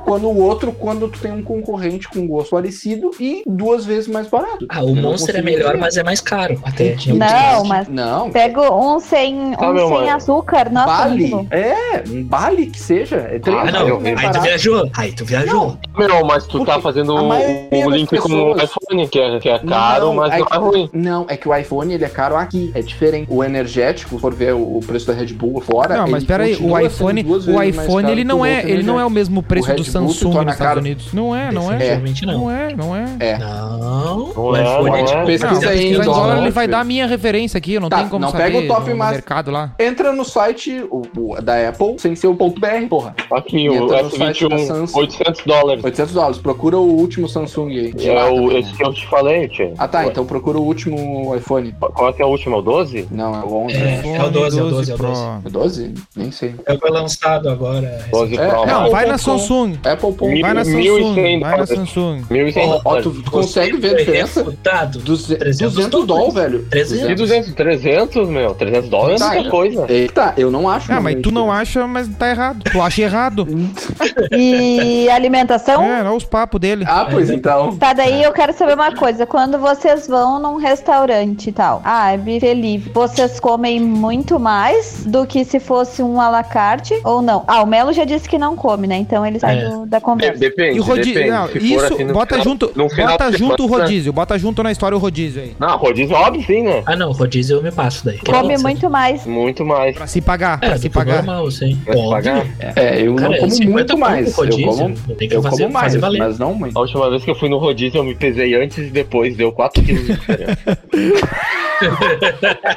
E: quando o outro, quando tu tem um concorrente com gosto parecido e duas vezes mais barato.
A: Ah, o
E: Eu não
A: Monster é
E: consigo
A: melhor,
E: entender.
A: mas é mais caro até. em alguns
B: Não,
A: casos.
B: mas
E: Não,
B: pego um sem,
D: Tá,
B: um
D: meu
B: sem
D: mano.
B: açúcar. Nossa,
E: Bali.
B: muito bom.
E: É, um Bali que seja. É três
A: Ah,
E: vezes
A: não.
E: mais
A: Aí tu
E: barato.
A: viajou. Aí tu viajou.
D: Meu, mas tu tá
E: Porque
D: fazendo
E: a
D: o,
E: maioria
D: o
E: das
D: link com o
E: pessoas-
D: iPhone, que é, que é caro, mas
E: é
D: não
E: que-
D: é ruim.
E: Não, é que o iPhone ele é caro aqui, é diferente. O energético, se for ver o o preço da Red Bull fora.
C: Não, mas
E: ele
C: peraí, o
E: continua sendo
C: iPhone,
E: duas vezes
C: o
E: mais
C: iPhone
E: caro
C: ele
E: que
C: não
E: o
C: é,
E: outro
C: ele não é o mesmo preço
E: Red
C: do
E: Bull tu torna
C: Samsung nos Estados
E: caro.
C: Unidos. Não é, não é.
A: Definitivamente não.
C: Não é, não é.
E: É.
A: Não.
D: Não é, não é.
A: tipo,
E: Pesquisa
C: Não,
E: aí em
C: pesquisa em dólar,
E: dólar,
C: ele vai
E: filho.
C: dar a minha referência aqui, eu não
E: Tá,
C: tem como
E: não
C: saber
E: pega o top
C: no, no
E: mas-
C: mercado lá.
E: Entra no site o- o- da Apple sem ser o ponto .br, porra.
D: Aqui,
E: Entra
D: o
E: no site da
D: S21,
E: Samsung.
D: 800 um, dólares.
E: 800 dólares, procura o último Samsung aí. de
D: É
E: lá
D: o,
E: também.
D: esse que eu te falei, tio.
E: Ah tá, então procura o último iPhone.
D: Qual é que é o último? É o 12?
E: Não, é o 11.
A: É.
E: É,
A: o 12, é o 12, é o
C: Pro.
E: 12? Nem sei.
A: É o que foi lançado agora.
D: 12
E: É,
D: Pro.
C: Não,
E: Apple
C: vai na
E: ponto
C: Samsung.
E: Apple. ponto-
D: Mil-
C: Vai na
D: 1.100
C: Samsung, vai na
D: dólares.
C: Samsung.
D: 1.100
E: Ó,
D: dólares.
E: tu consegue ver a diferença?
A: Resultado.
E: Duze-
A: 300
E: 200 dólares, velho.
A: 300.
D: E 200, 300, meu. 300 dólares é
E: Tá,
D: muita coisa.
E: Eita, eu não acho.
C: Ah, mas tu não acha, mas tá errado. Tu acha errado.
D: <laughs>
B: E alimentação?
C: É, olha os papos dele.
E: Ah, pois
A: É.
E: então.
B: Tá, daí eu quero saber uma coisa. Quando vocês vão num restaurante e tal, ah, é buffet livre, vocês comem muito mais do que se fosse um à la carte ou não? Ah, o Melo já disse que não come, né? Então ele sai
A: É.
B: do- da
D: De-
B: conversa.
D: Depende,
C: E o rodízio.
D: depende.
C: Não,
D: Se for
C: isso,
D: assim no
C: bota
D: final-
C: junto.
D: no final
C: Bota
D: de
C: junto o
D: semana-
C: rodízio. Bota junto na história o rodízio aí.
D: Não, rodízio óbvio, sim, né?
A: Ah, não. Rodízio eu me passo daí.
B: Come muito mais.
D: Muito mais.
C: Pra se pagar,
A: É,
C: pra se pagar.
A: normal, sim.
D: Vai se pagar?
E: É, eu não
A: Cara,
E: como
A: 50
E: muito
A: conto
E: mais.
A: rodízio,
E: eu como,
A: tem que
E: eu
A: fazer-
E: como mais,
A: fazer valer.
E: mas não muito.
D: A última vez que eu fui no rodízio, eu me pesei antes e depois. Deu 4 quilos de <laughs> diferença.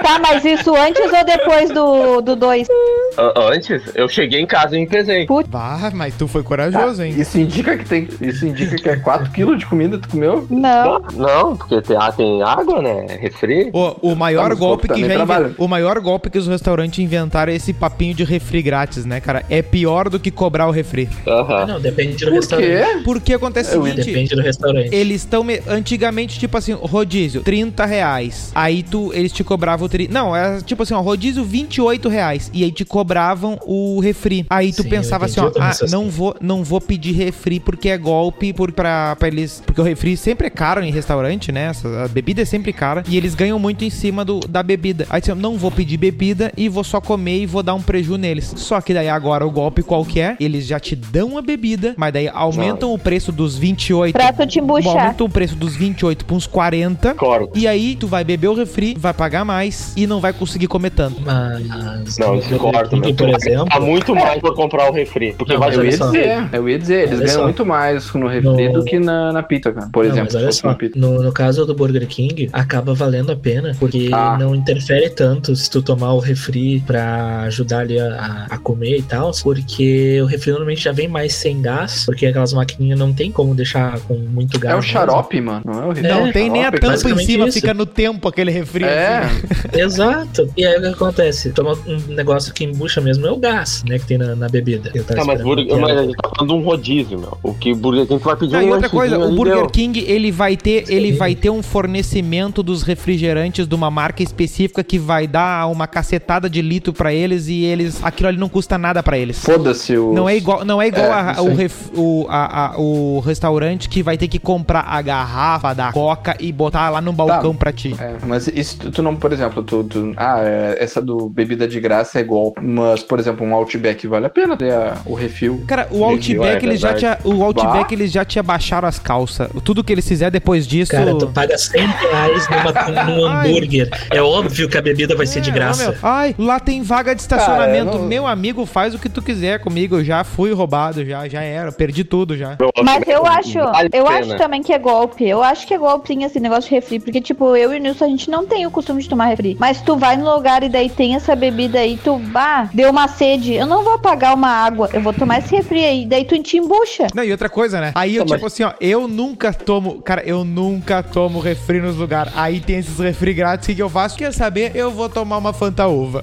B: Tá, mas isso antes ou depois do 2?
D: Ah, antes, eu cheguei em casa e me pesei.
C: Bah, mas tu foi corajoso, hein?
E: Tá, Isso indica que tem. Isso indica que é 4kg de comida que tu comeu?
B: não.
D: Não, porque tem, ah, tem água, né? Refri.
C: O, o maior
E: Vamos,
C: golpe
E: tá
C: que
E: nem
C: já inven-
E: trabalho.
C: o maior golpe que os restaurantes inventaram é esse papinho de refri grátis, né, cara? É pior do que cobrar o refri.
D: Aham.
A: Não, depende do
E: Por quê?
A: restaurante.
C: Porque acontece
E: Eu
C: o seguinte,
A: Depende do restaurante.
C: eles estão me- antigamente tipo assim, rodízio, 30 reais. Aí tu eles te cobravam o tri... não, era tipo assim, ó, rodízio 28 reais e aí te cobravam o refri. Aí tu
A: Sim, eu
C: pensava assim, ó,
A: entendi, eu
C: ah,
A: também sou
C: não vou não vou pedir refri porque é golpe por para eles, porque o refri sempre é caro em restaurante, né? Essa- a bebida é sempre cara e eles ganham muito em cima do, da bebida. Aí tu assim, não vou pedir bebida e vou só comer e vou dar um preju neles. Só que daí agora o golpe qual que é? Eles já te dão a bebida, mas daí aumentam o preço dos 28
B: Pra tu te embuchar.
C: Aumenta o preço dos 28 para uns 40.
D: Corta.
C: E aí tu vai beber o refri, vai pagar mais e não vai conseguir comer tanto.
A: Mas.
D: Não,
A: eu
D: discordo, meu.
A: Tudo, por exemplo.
D: Tá muito mais pra comprar o refri. Porque
A: Não,
D: vai
A: mas
E: Eu
A: olha
E: ia
A: só.
E: dizer, eu ia dizer, eles
A: Olha
E: ganham
A: só.
E: muito mais no refri
A: No-
E: do que na, na pizza, cara. Por
A: Não,
E: exemplo,
A: mas olha
E: se fosse um uma
A: só,
E: pizza.
A: no, no caso do Burger King, acaba valendo a pena, porque
E: Ah.
A: não interfere tanto se tu tomar o refri pra ajudar ali a, a- a comer e tal, porque o refri normalmente já vem mais sem gás, porque aquelas maquininhas não tem como deixar com muito gás. né?
E: É o
A: mesmo.
E: xarope, mano. Não é o refri.
C: Não
E: é o
C: tem nem a
E: xarope,
C: tampa em
A: basicamente
C: cima,
A: isso.
C: fica no tempo aquele refri.
E: cara. É,
C: assim.
A: <laughs> Exato. E aí o que acontece? Toma um negócio que embucha mesmo é o gás, né, que tem na, na bebida. Eu tava
D: Tá, mas,
A: esperando
D: burger,
A: que era-
D: mas a gente tá falando de um rodízio, meu. O que Burger King tu vai pedir
C: Não,
D: um
C: e outra
D: lanchezinho
C: coisa, o
D: ali,
C: Burger
D: deu.
C: King ele vai ter, ele
A: Sim.
C: vai ter um fornecimento dos refrigerantes de uma marca específica que vai dar uma cacetada de litro pra eles e eles, aquilo ali não custa nada pra eles.
E: foda-se o.
C: Não é igual, não é igual
E: É,
C: a-
E: isso
C: o,
E: aí.
C: ref- o, a- a- o restaurante que vai ter que comprar a garrafa da coca e botar lá no balcão pra ti.
E: É, mas isso tu, tu não, por exemplo, tu, tu- ah, é, essa do bebida de graça é golpe. Mas, por exemplo, um Outback vale a pena ter a- o refil.
C: Cara, o
D: é
C: Outback, eles já te,
D: verdade.
C: o Outback eles já te abaixaram as calças. Tudo que eles fizer depois disso.
A: Cara, então tu paga 100 reais
D: <laughs>
A: numa, num
C: Ai.
A: hambúrguer. É óbvio que a bebida vai ser de
C: É,
A: graça.
C: ó, meu, Ai, lá tem vaga de estacionamento.
E: Cara, eu não-
C: Meu amigo, faz o que tu quiser comigo. Eu já fui roubado, já, já era. Perdi tudo já.
D: Meu,
B: Mas eu acho,
D: vale a
B: eu
D: pena.
B: acho também que é golpe. Eu acho que é golpe, sim, esse negócio de refri. Porque, tipo, eu e o Nilson, a gente não não tenho o costume de tomar refri. Mas tu vai no lugar e daí tem essa bebida aí, tu, bah, deu uma sede. Eu não vou pagar uma água, eu vou tomar esse refri aí. Daí tu te embucha.
C: Não, e outra coisa, né? Aí eu,
D: Tá, mas-
C: tipo assim, ó, eu nunca tomo, cara, eu nunca tomo refri nos lugares. Aí tem esses refri grátis, o que, que eu faço? Quer saber? Eu vou tomar uma Fanta Uva.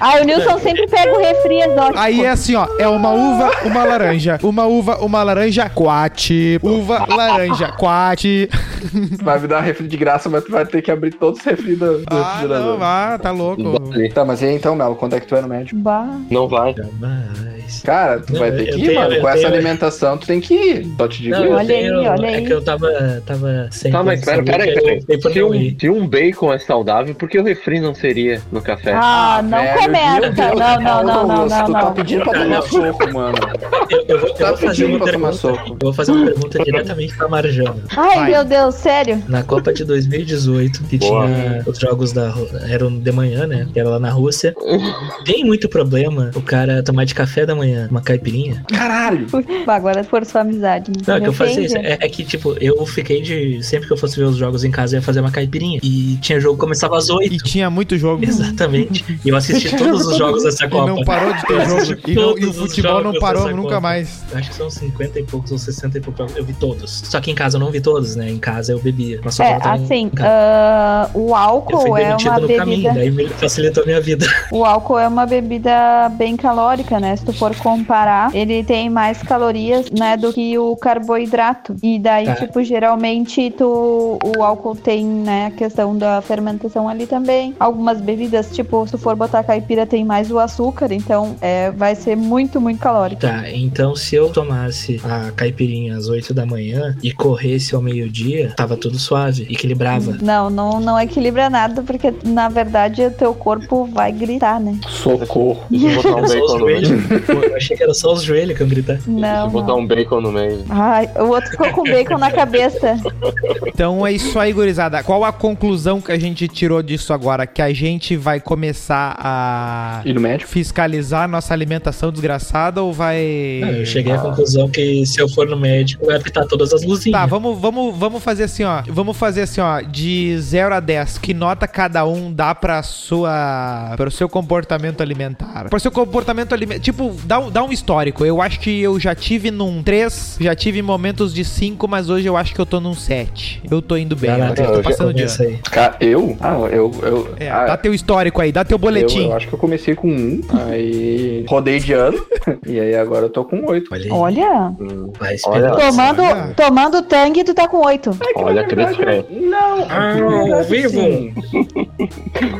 B: Aí o Nilson sempre pega o refri exótico.
C: Aí é assim, ó, é uma uva, uma laranja. Uma uva, uma laranja, quate. Uva, laranja, quate.
E: Vai me dar refri de graça, mas tu vai ter que abrir todos os refri do, do
C: Ah, não,
E: refrigerador.
C: ah, tá louco.
D: Vale.
E: Tá, mas e aí então, Melo, quanto é que tu é no médico?
B: Bah.
D: Não vai.
A: Jamais.
E: Cara, tu
A: Não,
E: vai
A: eu
E: ter que ir,
A: tenho-
E: mano.
A: eu
E: Com essa
A: tenho-
E: alimentação, tu tem que ir. Só te digo
A: Não,
E: isso.
A: eu
B: Olha aí,
A: tenho-
B: olha
A: É
B: aí.
A: que eu tava, tava sem.
D: Tá, mas pera,
A: condição,
D: pera, aí,
A: eu
D: pera. aí.
A: optei por
D: Se
A: não
D: um,
A: ir.
D: se um bacon é saudável, por que o refri não seria no café?
B: Ah, não
E: Velho, meu
B: começa.
E: Deus,
B: Não, não, não, não,
E: Augusto,
B: não,
E: Tu tá
B: não.
E: pedindo pra tomar soco, mano.
A: Eu, eu vou, eu
E: Tá
A: vou fazer
E: pedindo
A: uma
E: pra tomar
A: pergunta.
E: soco.
A: Eu vou fazer uma
D: <laughs>
A: pergunta diretamente pra Marjana.
B: Ai,
C: Vai.
B: meu Deus, sério?
A: Na Copa de 2018, que
D: Boa.
A: tinha os jogos da. Ru- eram de manhã, né? Que era lá na
D: <laughs>
A: Rússia. Tem muito problema o cara tomar de café da manhã uma caipirinha.
E: Caralho.
B: Bah, Agora forçou a amizade. né?
A: Não, é que eu
B: Me
A: fazia isso.
B: ofende.
A: É, é que, tipo, eu fiquei de. Sempre que eu fosse ver os jogos em casa, eu ia fazer uma caipirinha. E tinha jogo que começava às
C: E
A: 8.
C: tinha muito jogo.
A: Exatamente. E eu
D: <laughs>
A: assisti todos os jogos dessa
C: E
A: Copa.
C: não parou de ter jogo. E, não- e o
A: Todos os
C: futebol não
A: jogos
C: parou
A: dessa
C: nunca
A: Copa.
C: mais.
A: Acho que são 50 e poucos ou 60 e poucos. Eu vi todos. Só que em casa eu não vi todos, né? Em casa eu bebia. Mas só
B: É,
A: tava tomando
B: assim,
A: em casa.
B: ah, o
A: Eu fui
B: álcool é
A: demitido
B: uma
A: no
B: bebida.
A: caminho, daí me- facilitou a minha vida. <laughs>
B: O álcool é uma bebida bem calórica, né? Se tu for comparar, ele tem mais calorias, né, do que o carboidrato. E daí,
A: Tá.
B: tipo, geralmente tu, o álcool tem, né, a questão da fermentação ali também. Algumas bebidas, tipo, se tu for botar caipira, tem mais o açúcar, então é, vai ser muito, muito calórico.
A: Tá, então se eu tomasse a caipirinha às 8 da manhã e corresse ao meio-dia, tava tudo suave, equilibrava.
B: Não, não, não equilibra nada, porque na verdade o teu corpo vai gritar, né?
E: Socorro.
D: Deixa eu
C: <laughs>
D: botar um
A: Era só os
D: bacon no meio.
A: joelhos. Pô, eu achei que era só os joelhos que eu gritar.
D: Deixa eu
B: Não.
D: botar
B: não.
D: um bacon no meio.
B: Ai, o outro ficou com bacon na cabeça.
C: Então é isso aí, gurizada. Qual a conclusão que a gente tirou disso agora? Que a gente vai começar a
E: E no médico?
C: fiscalizar nossa alimentação desgraçada ou vai.
A: Não, É, eu cheguei à conclusão que se eu for no médico, vai apitar todas as luzinhas.
C: Tá, vamos, vamos, vamos fazer assim, ó. Vamos fazer assim, ó. De 0 a 10, que nota cada um dá pra sua. para o seu comportamento alimentar? Pro seu comportamento alimentar. Tipo, dá, um- dá um histórico. Eu acho que eu já tive num 3, já tive momentos de 5, mas hoje eu acho que eu tô num 7. Eu tô indo bem,
A: Caraca,
C: eu
D: eu
C: tô
D: já
C: tá passando de ano.
A: Começa aí.
E: Cara, eu? Ah, eu. eu
C: É,
E: ah,
C: dá teu histórico aí, dá teu
E: eu,
C: boletim.
E: eu acho que eu comecei com um, <laughs> aí rodei de ano, e aí agora eu tô com oito.
A: Olha aí.
B: Olha,
A: Vai,
D: olha.
A: espera.
B: tomando,
C: olha.
B: tomando tangue, tu tá com oito.
D: Olha a crítica.
E: Não!
A: Ah,
E: na verdade,
A: ao vivo?
E: sim.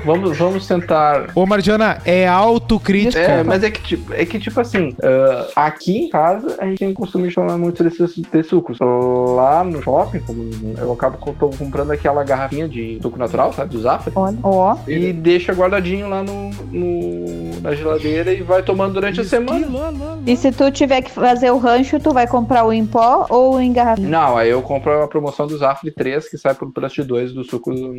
E: vamos, vamos tentar.
C: Ô, Marjana, é autocrítica.
E: É, mas é que, tipo, é que tipo assim, ah, aqui em casa a gente tem o costume de tomar muito desses de sucos. Lá no shopping, como eu acabo co- tô comprando aquela garrafinha de suco natural, sabe? Do Zafra.
B: Olha, ó.
E: E deixa guardadinho lá no, no- na geladeira e vai tomando durante a semana.
B: E se tu tiver que fazer o rancho, tu vai comprar o em pó ou em garrafinha?
E: Não, aí eu compro a promoção do Zafre 3, que sai pelo preço de 2 do suco do,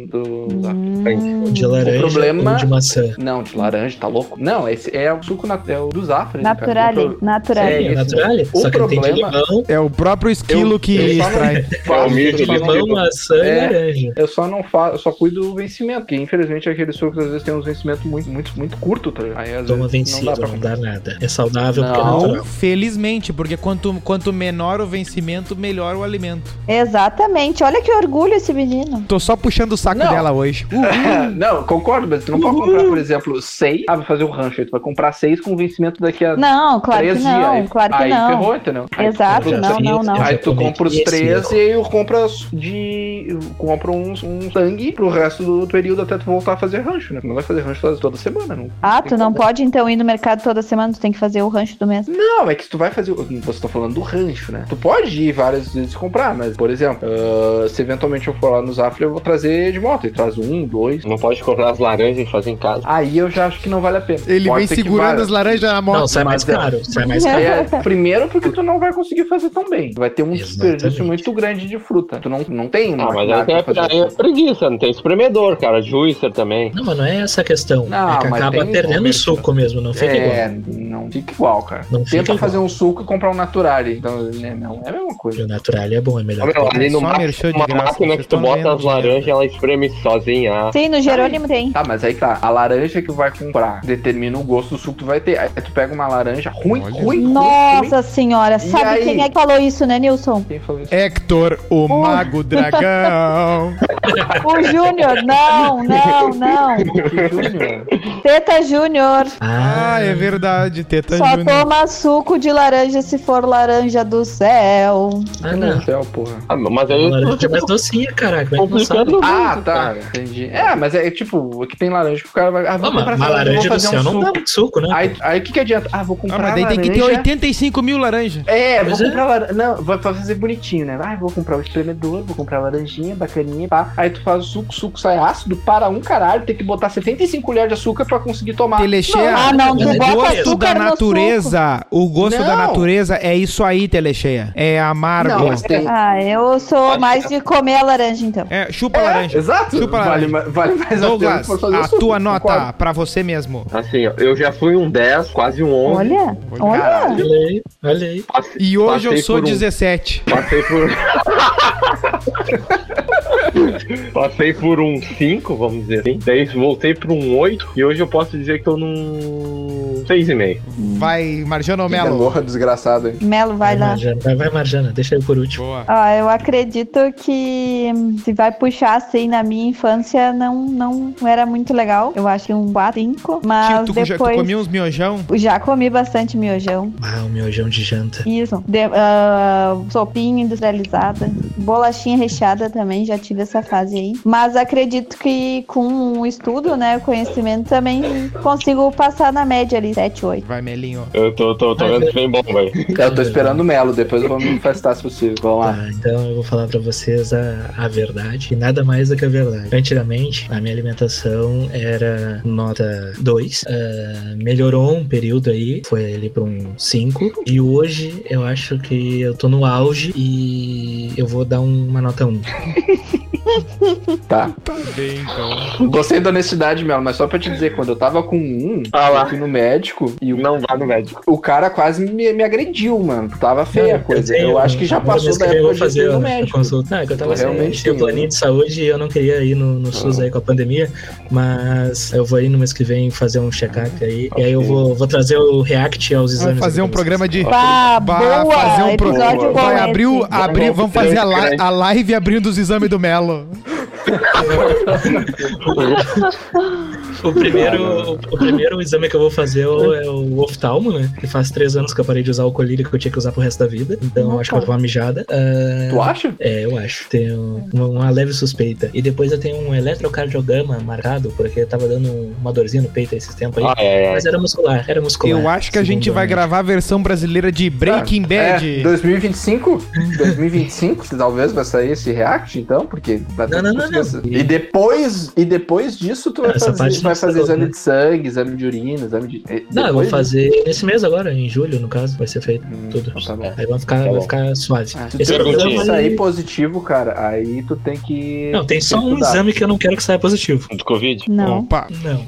E: do Zafre.
B: Hum,
A: De laranja
E: problema-
A: ou de maçã.
E: Não, de laranja, tá louco? Não, esse é o suco nat- é o do Zafre. né, cara?
B: natural,
E: Eu tô-
B: natural.
E: É
A: É,
E: isso.
A: natural,
E: O
A: só que tem de
E: problema-
A: limão,
C: É o próprio esquilo que
E: eu só não
C: extrai.
E: faço-
D: É o milho
E: eu só
D: de
E: não-
A: limão, maçã e
E: É.
A: laranja.
E: Eu só não faço, eu só cuido do vencimento, porque infelizmente aqueles sucos às vezes tem uns vencimentos muito, muito, muito curto, tá ligado? Aí às
A: Toma
E: vezes
A: vencido, não dá,
E: comprar.
A: nada. É saudável porque é
E: Não.
A: natural.
C: Felizmente, porque quanto, quanto menor o vencimento, melhor o alimento.
B: Exatamente. Olha que orgulho esse menino.
C: Tô só puxando o saco
E: Não.
C: dela hoje.
E: <coughs> não, concordo, mas tu não pode comprar, por exemplo, 6, ah, vai fazer o rancho, aí tu vai comprar 6 com vencimento daqui a
B: Não, claro que
E: três
B: não.
E: dias. Aí,
B: claro que
E: aí
B: não.
E: ferrou, entendeu? Aí tu
B: Exato,
E: compra
A: Eu
E: os
A: já
B: não,
A: fiz,
B: não, não.
A: eu já
E: Aí tu
A: cometi
E: compra os
A: esse
E: três
A: erro.
E: e aí eu compro as de. compra uns, um sangue pro resto do período até tu voltar a fazer rancho, né? Tu Não vai fazer rancho toda- toda semana, não.
B: Ah, tu não pode então ir no mercado toda semana, tu tem que fazer o rancho do mês.
E: Não, é que se tu vai fazer. Você tá falando do rancho, né? Tu pode ir várias vezes comprar, mas, por exemplo, ah, se eventualmente eu for lá no Zafra, eu vou trazer de moto. E traz um, dois.
D: Não pode comprar as laranjas e fazer em casa.
E: Aí eu já acho que não vale a pena.
C: Ele
E: Pode
C: vem
E: ser que
C: segurando
E: valha.
C: as laranjas
A: Não,
C: na mão.
A: sai mais
E: mas-
A: caro. Sai mais caro.
E: É, primeiro porque tu não vai conseguir fazer tão bem. Vai ter um
A: Exatamente.
E: desperdício muito grande de fruta. Tu não, não tem
D: Ah, mas aí
E: maquinário
D: tem
E: pra
D: a
E: fazer
D: aí é preguiça, não tem espremedor, cara. Juicer também.
A: Não, mas não é essa a questão.
E: Não,
A: é que
E: mas
A: acaba
E: tem
A: perdendo o
E: comércio.
A: suco mesmo, não fica igual.
E: É, não não fica igual, cara.
A: Não
E: Tenta
A: fica
E: fazer um suco e comprar um naturale. Então, né, não é a mesma coisa.
A: O natural é bom, é
D: Ô,
A: melhor.
D: Ah, meu, ali no
C: Só
D: máquina,
C: merchan de
D: uma
C: graça,
D: máquina
C: vocês
D: que tu
C: tão
D: bota
C: ganhando
D: as laranjas, ela espreme sozinha.
B: Sim, no Jerônimo tem.
E: Tá, mas aí que tá. A laranja que tu vai comprar determina o gosto do suco que tu vai ter. Aí tu pega uma laranja ruim,
C: Olha.
E: ruim, ruim, ruim.
B: Nossa senhora,
E: E
B: sabe
E: aí?
B: quem é que falou isso, né, Nilson?
E: Quem falou isso?
C: Hector, o Mago Dragão.
B: O Júnior, não, não,
E: <laughs>
B: não.
E: Que
A: <laughs>
E: Júnior.
B: Teta Júnior.
C: ah, é verdade, Teta
B: Só
C: Júnior.
B: toma suco de laranja se for laranja do céu.
A: Ah,
E: Meu
A: não.
E: céu, porra.
D: Ah, mas aí
A: A
E: tipo,
D: eu
A: laranja é
D: tô
A: mais docinha, caraca. Como é que não sabe?
D: complicando
E: Ah,
D: muito,
E: tá, entendi. É, mas é tipo, aqui tem laranja que o cara vai. Ah,
A: Não,
E: vou
A: mas
E: comprar
A: uma
E: essa laranja,
A: laranja
E: vou
A: do
E: fazer um
A: céu não dá
E: suco.
A: muito suco, né?
E: Aí aí o que, que adianta? Ah, vou comprar.
C: Ah, mas daí tem que ter
E: laranja.
C: 85 mil laranjas.
E: É, vou
A: Pois é.
E: comprar laranja. Não, vai pra fazer bonitinho, né? Ah, vou comprar o espremedor, vou comprar a laranjinha, bacaninha, pá. Aí tu faz o suco, o suco sai ácido para um caralho, tem que botar 75 colheres de açúcar pra conseguir tomar.
C: Telecheia,
B: Ah, não,
A: tu
C: o
A: bota
C: gosto é da
B: açúcar no
C: natureza, o gosto da
E: Não.
C: natureza é isso aí, Telecheia. É amargo.
E: Não, mas tem.
B: Ah, eu sou mais de comer a laranja, então.
C: É, chupa
E: É,
C: laranja.
E: Exato.
C: Chupa
E: vale,
C: laranja.
E: ma- vale mais
C: Douglas,
E: pena por fazer
C: a
E: suco,
C: tua
E: concordo.
C: nota pra você mesmo.
D: Assim, ó, eu já fui um 10, quase um 11.
B: Olha, olha.
E: Caralho.
A: Olha aí, olha aí.
D: passe-
C: E hoje eu
D: passei
C: sou
D: por um-
C: 17.
D: Passei por. <laughs> passei por um 5, vamos dizer assim. Daí voltei pra um 8. E hoje eu posso dizer que tô num 6,5.
C: Vai, Marjano
E: Que
C: Melo.
E: Porra, desgraçado, hein?
B: Melo, vai
C: É
B: lá.
A: Marjana, vai, vai, Marjana, deixa eu por último.
C: Boa.
B: Ó, eu acredito que hum, se vai puxar assim na minha infância, não, não era muito legal. Eu acho que um 4, 5. Mas
C: Tio, tu, já- tu
B: depois.
C: comia uns miojão?
B: Já comi bastante miojão.
A: Ah, o miojão de janta.
B: Isso. De, ah, sopinha industrializada. Bolachinha recheada também, já tive essa fase aí. Mas acredito que com o estudo, né? O conhecimento também consigo passar na média ali, 7, 8.
C: Vai, Melinho.
D: Eu tô, tô, tô
A: Ai,
D: vendo
A: meu-
D: que vem bom, velho.
E: Eu tô esperando o Melo, depois eu vou me manifestar se possível. Vamos lá.
A: Tá, então eu vou falar pra vocês a, a verdade e nada mais do que a verdade. Antigamente, a minha alimentação era nota 2. ah, melhorou um período aí, foi ali pra um 5. E hoje eu acho que eu tô no auge e eu vou dar um- uma nota 1. Um.
E: Tá.
C: Tá bem, então.
E: Gostei da honestidade, Melo, mas só pra te dizer, quando eu tava com um,
D: Ah lá.
E: eu fui no médico e o,
D: Não vá no médico.
E: o cara quase me, me agrediu, mano. Tava feia a coisa. Eu,
A: tenho-
E: acho que já
A: uma
E: passou
A: vez
E: da
A: que eu
E: época
A: vou
E: de ir
A: fazer
E: no
A: a- a
E: médico.
A: consulta. Não, é que eu tava
E: Eu realmente
A: sem, sem o
E: tenho.
A: planinho de saúde e eu não queria ir no, no SUS aí com a pandemia, mas eu vou ir no mês que vem fazer um check-up aí. E aí eu vou, vou trazer o react aos
C: Vamos
A: exames.
C: fazer
A: aí
C: um
A: pra
C: programa de.
B: Bah,
C: Vai
B: Tá boa!
C: fazer um pro-
B: episódio
D: Boa.
B: bom
C: Vai
B: esse.
C: abrir, o- abrir vamos fazer a, li- a live abrindo os exames do Melo.
A: O primeiro, o primeiro exame que eu vou fazer é o, é o oftalmo, né? Que faz três anos que eu parei de usar o colírio que eu tinha que usar pro resto da vida. Então eu acho que eu vou dar uma mijada. Ah,
E: Tu acha?
A: é, eu acho. Tenho uma, uma leve suspeita. E depois eu tenho um eletrocardiograma marcado, porque tava dando um- uma dorzinha no peito esses tempos aí.
D: Ah, é, é.
A: Mas era muscular, era muscular.
C: Eu acho que a gente
A: é? segundo
C: vai
A: a-
C: gravar a versão brasileira de Breaking
E: É,
C: Bad.
E: 2025? 2025, talvez vai sair esse react, então, porque vai ter
A: Não, não, não,
E: muitas
A: não.
E: coisas. E depois, e depois disso, tu vai
A: Essa parte
E: fazer,
A: não
E: vai
A: precisa,
E: fazer exame
A: né?
E: de sangue, exame de urina, exame de. e-
A: Não, eu vou
E: depois-
A: fazer nesse mês agora, em julho, no caso, vai ser feito
E: Hum,
A: tudo.
E: Tá bom.
A: Aí vai ficar,
D: Tá bom.
A: vai ficar suave.
E: Ah, se
A: Esse
E: teu exame
A: programa
E: sair
A: aí-
E: positivo, cara, aí tu tem que.
A: Não, tem só um
E: estudar.
A: exame que eu não quero que saia positivo.
D: Do Covid?
B: Não.
C: Opa.
A: Não.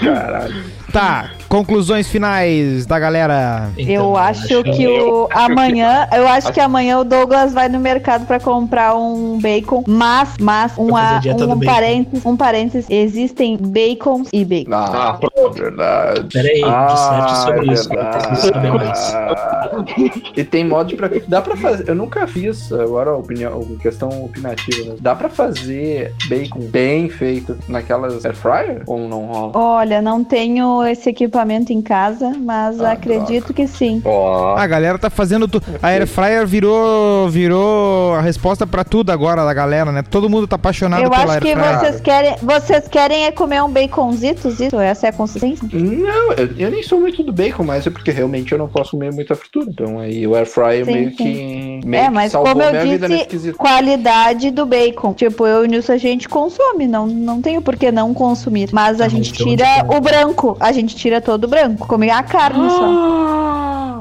E: Caralho.
C: Tá, conclusões finais da galera.
A: Então,
B: eu acho que
D: eu
B: o amanhã, eu acho que amanhã o Douglas vai no mercado pra comprar um bacon, mas, mas um,
A: fazer
B: a-
A: a dieta do
B: um
A: bacon.
B: parênteses, um parênteses, existem bacons e bacon.
E: Ah,
D: Ah, <laughs>
E: verdade.
A: Peraí, disserte
E: Ah,
A: sobre
E: é
A: isso, eu preciso saber mais.
E: verdade. E tem modo pra. Dá pra fazer. Eu nunca fiz, agora opinião, questão opinativa, né? Dá pra fazer bacon bem feito naquelas air fryer? Ou não rola?
B: Olha, não tenho esse equipamento em casa, mas
E: Ah,
B: acredito que sim.
D: Ó.
C: A galera tá fazendo. Tu... A Air Fryer virou, virou a resposta pra tudo agora da galera, né? Todo mundo tá apaixonado
B: Eu
C: pela
B: acho
C: Air
B: que
C: Fryer.
B: vocês querem, vocês querem é comer um baconzito, zito? Essa é a consistência?
E: Não, eu, eu nem sou muito do bacon, mas é porque realmente eu não posso comer muita fritura. Então aí o air fryer
B: Sim,
E: meio
B: sim.
E: que. Meio que
B: mas
E: salvou
B: como eu
E: minha vida
B: disse,
E: nesse quesito.
B: qualidade do bacon. Tipo, eu e o Nilson a gente consome, não, não tenho por que não consumir. Mas a
A: Ah,
B: gente
A: então,
B: tira
A: tipo-
E: Ah,
B: o branco, a gente tira todo o branco, come a carne só.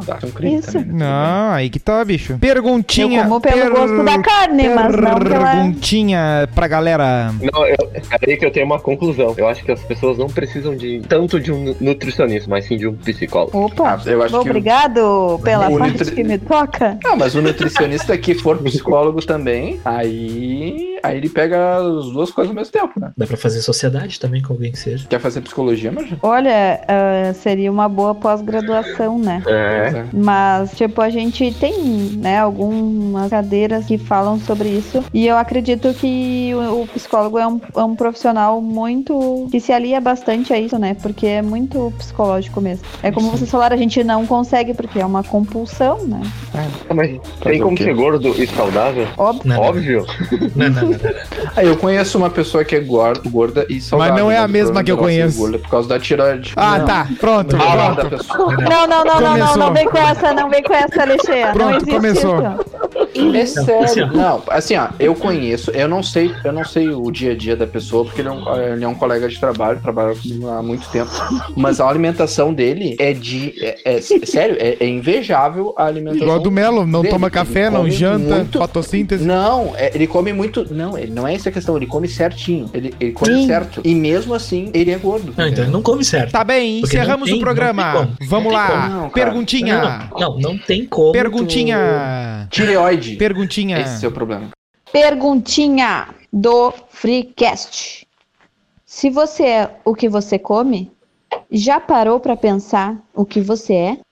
E: Tá, são críticas
B: Ah! Isso.
E: também, né?
C: Não, aí que tá, bicho.
B: Eu
C: Perguntinha.
B: como pelo
C: per-
B: gosto da carne, mas não pela.
C: Perguntinha pra galera.
D: Não, eu, peraí que eu tenho uma conclusão. Eu acho que as pessoas não precisam de tanto de um nu- nutricionista, mas sim de um psicólogo.
B: Opa!
E: Ah, eu acho que o-
B: Obrigado pela
E: O
B: parte
E: nutri-
B: que
E: <laughs>
B: me toca.
E: Não, mas o nutricionista que for psicólogo também, aí, aí ele pega as duas coisas ao mesmo tempo, né?
A: Dá pra fazer sociedade também com alguém que seja.
E: Quer fazer psicologia, mas
B: Olha, ah, seria uma boa pós-graduação, né?
D: É.
B: Mas, tipo, a gente tem, né, algumas cadeiras que falam sobre isso. E eu acredito que o, o psicólogo é um, é um profissional muito. que se alia bastante a isso, né? Porque é muito psicológico mesmo. É como vocês falaram, a gente não consegue, porque é uma compulsão, né?
D: Mas
E: Fazer
D: tem
E: o
D: como
E: quê?
D: ser gordo e saudável?
B: Óbvio.
A: Não,
D: Óbvio.
A: Não, não, não, não.
E: Ah, eu conheço uma pessoa que é gorda, gorda e saudável.
C: não é a
E: mas o
C: mesma
E: problema
C: que eu
E: dela ser
C: conheço.
E: Gorda é por causa da tiroide.
C: Ah, tá. Pronto.
E: Não, é
C: pronto.
E: da
B: <laughs>
E: pessoa.
B: Não, não, não, não, não,
C: Começou.
B: não vem com essa, não vem com essa, Alexia.
C: Pronto,
B: não existe
C: começou.
B: isso.
E: É
A: assim, ó.
E: sério. Não, assim, ó, eu conheço, eu não sei, eu não sei o dia a dia da pessoa, porque ele é um, ele é um colega de trabalho, trabalha comigo há muito tempo. Mas a alimentação dele é de. É, é- sério, é, é invejável a alimentação.
C: Igual a do Melo, não
E: Dele,
C: toma
E: ele
C: café, não
E: come
C: janta,
E: muito.
C: fotossíntese.
E: Não, é- ele come muito. Não, ele não é essa a questão, ele come certinho. Ele, ele come
B: Sim.
E: certo. E mesmo assim, ele é gordo.
A: Não, então ele não come certo.
C: Tá bem,
A: Porque não
C: encerramos
A: tem-
C: o
A: não
C: programa.
A: tem como.
C: Vamos
E: Não tem
C: lá.
E: como, não, cara.
C: Perguntinha.
A: Não, não tem como.
C: Perguntinha.
E: Tireoide.
C: Perguntinha.
E: Esse é o problema.
B: Perguntinha do FreeCast. Se você é o que você come, já parou pra pensar o que você é?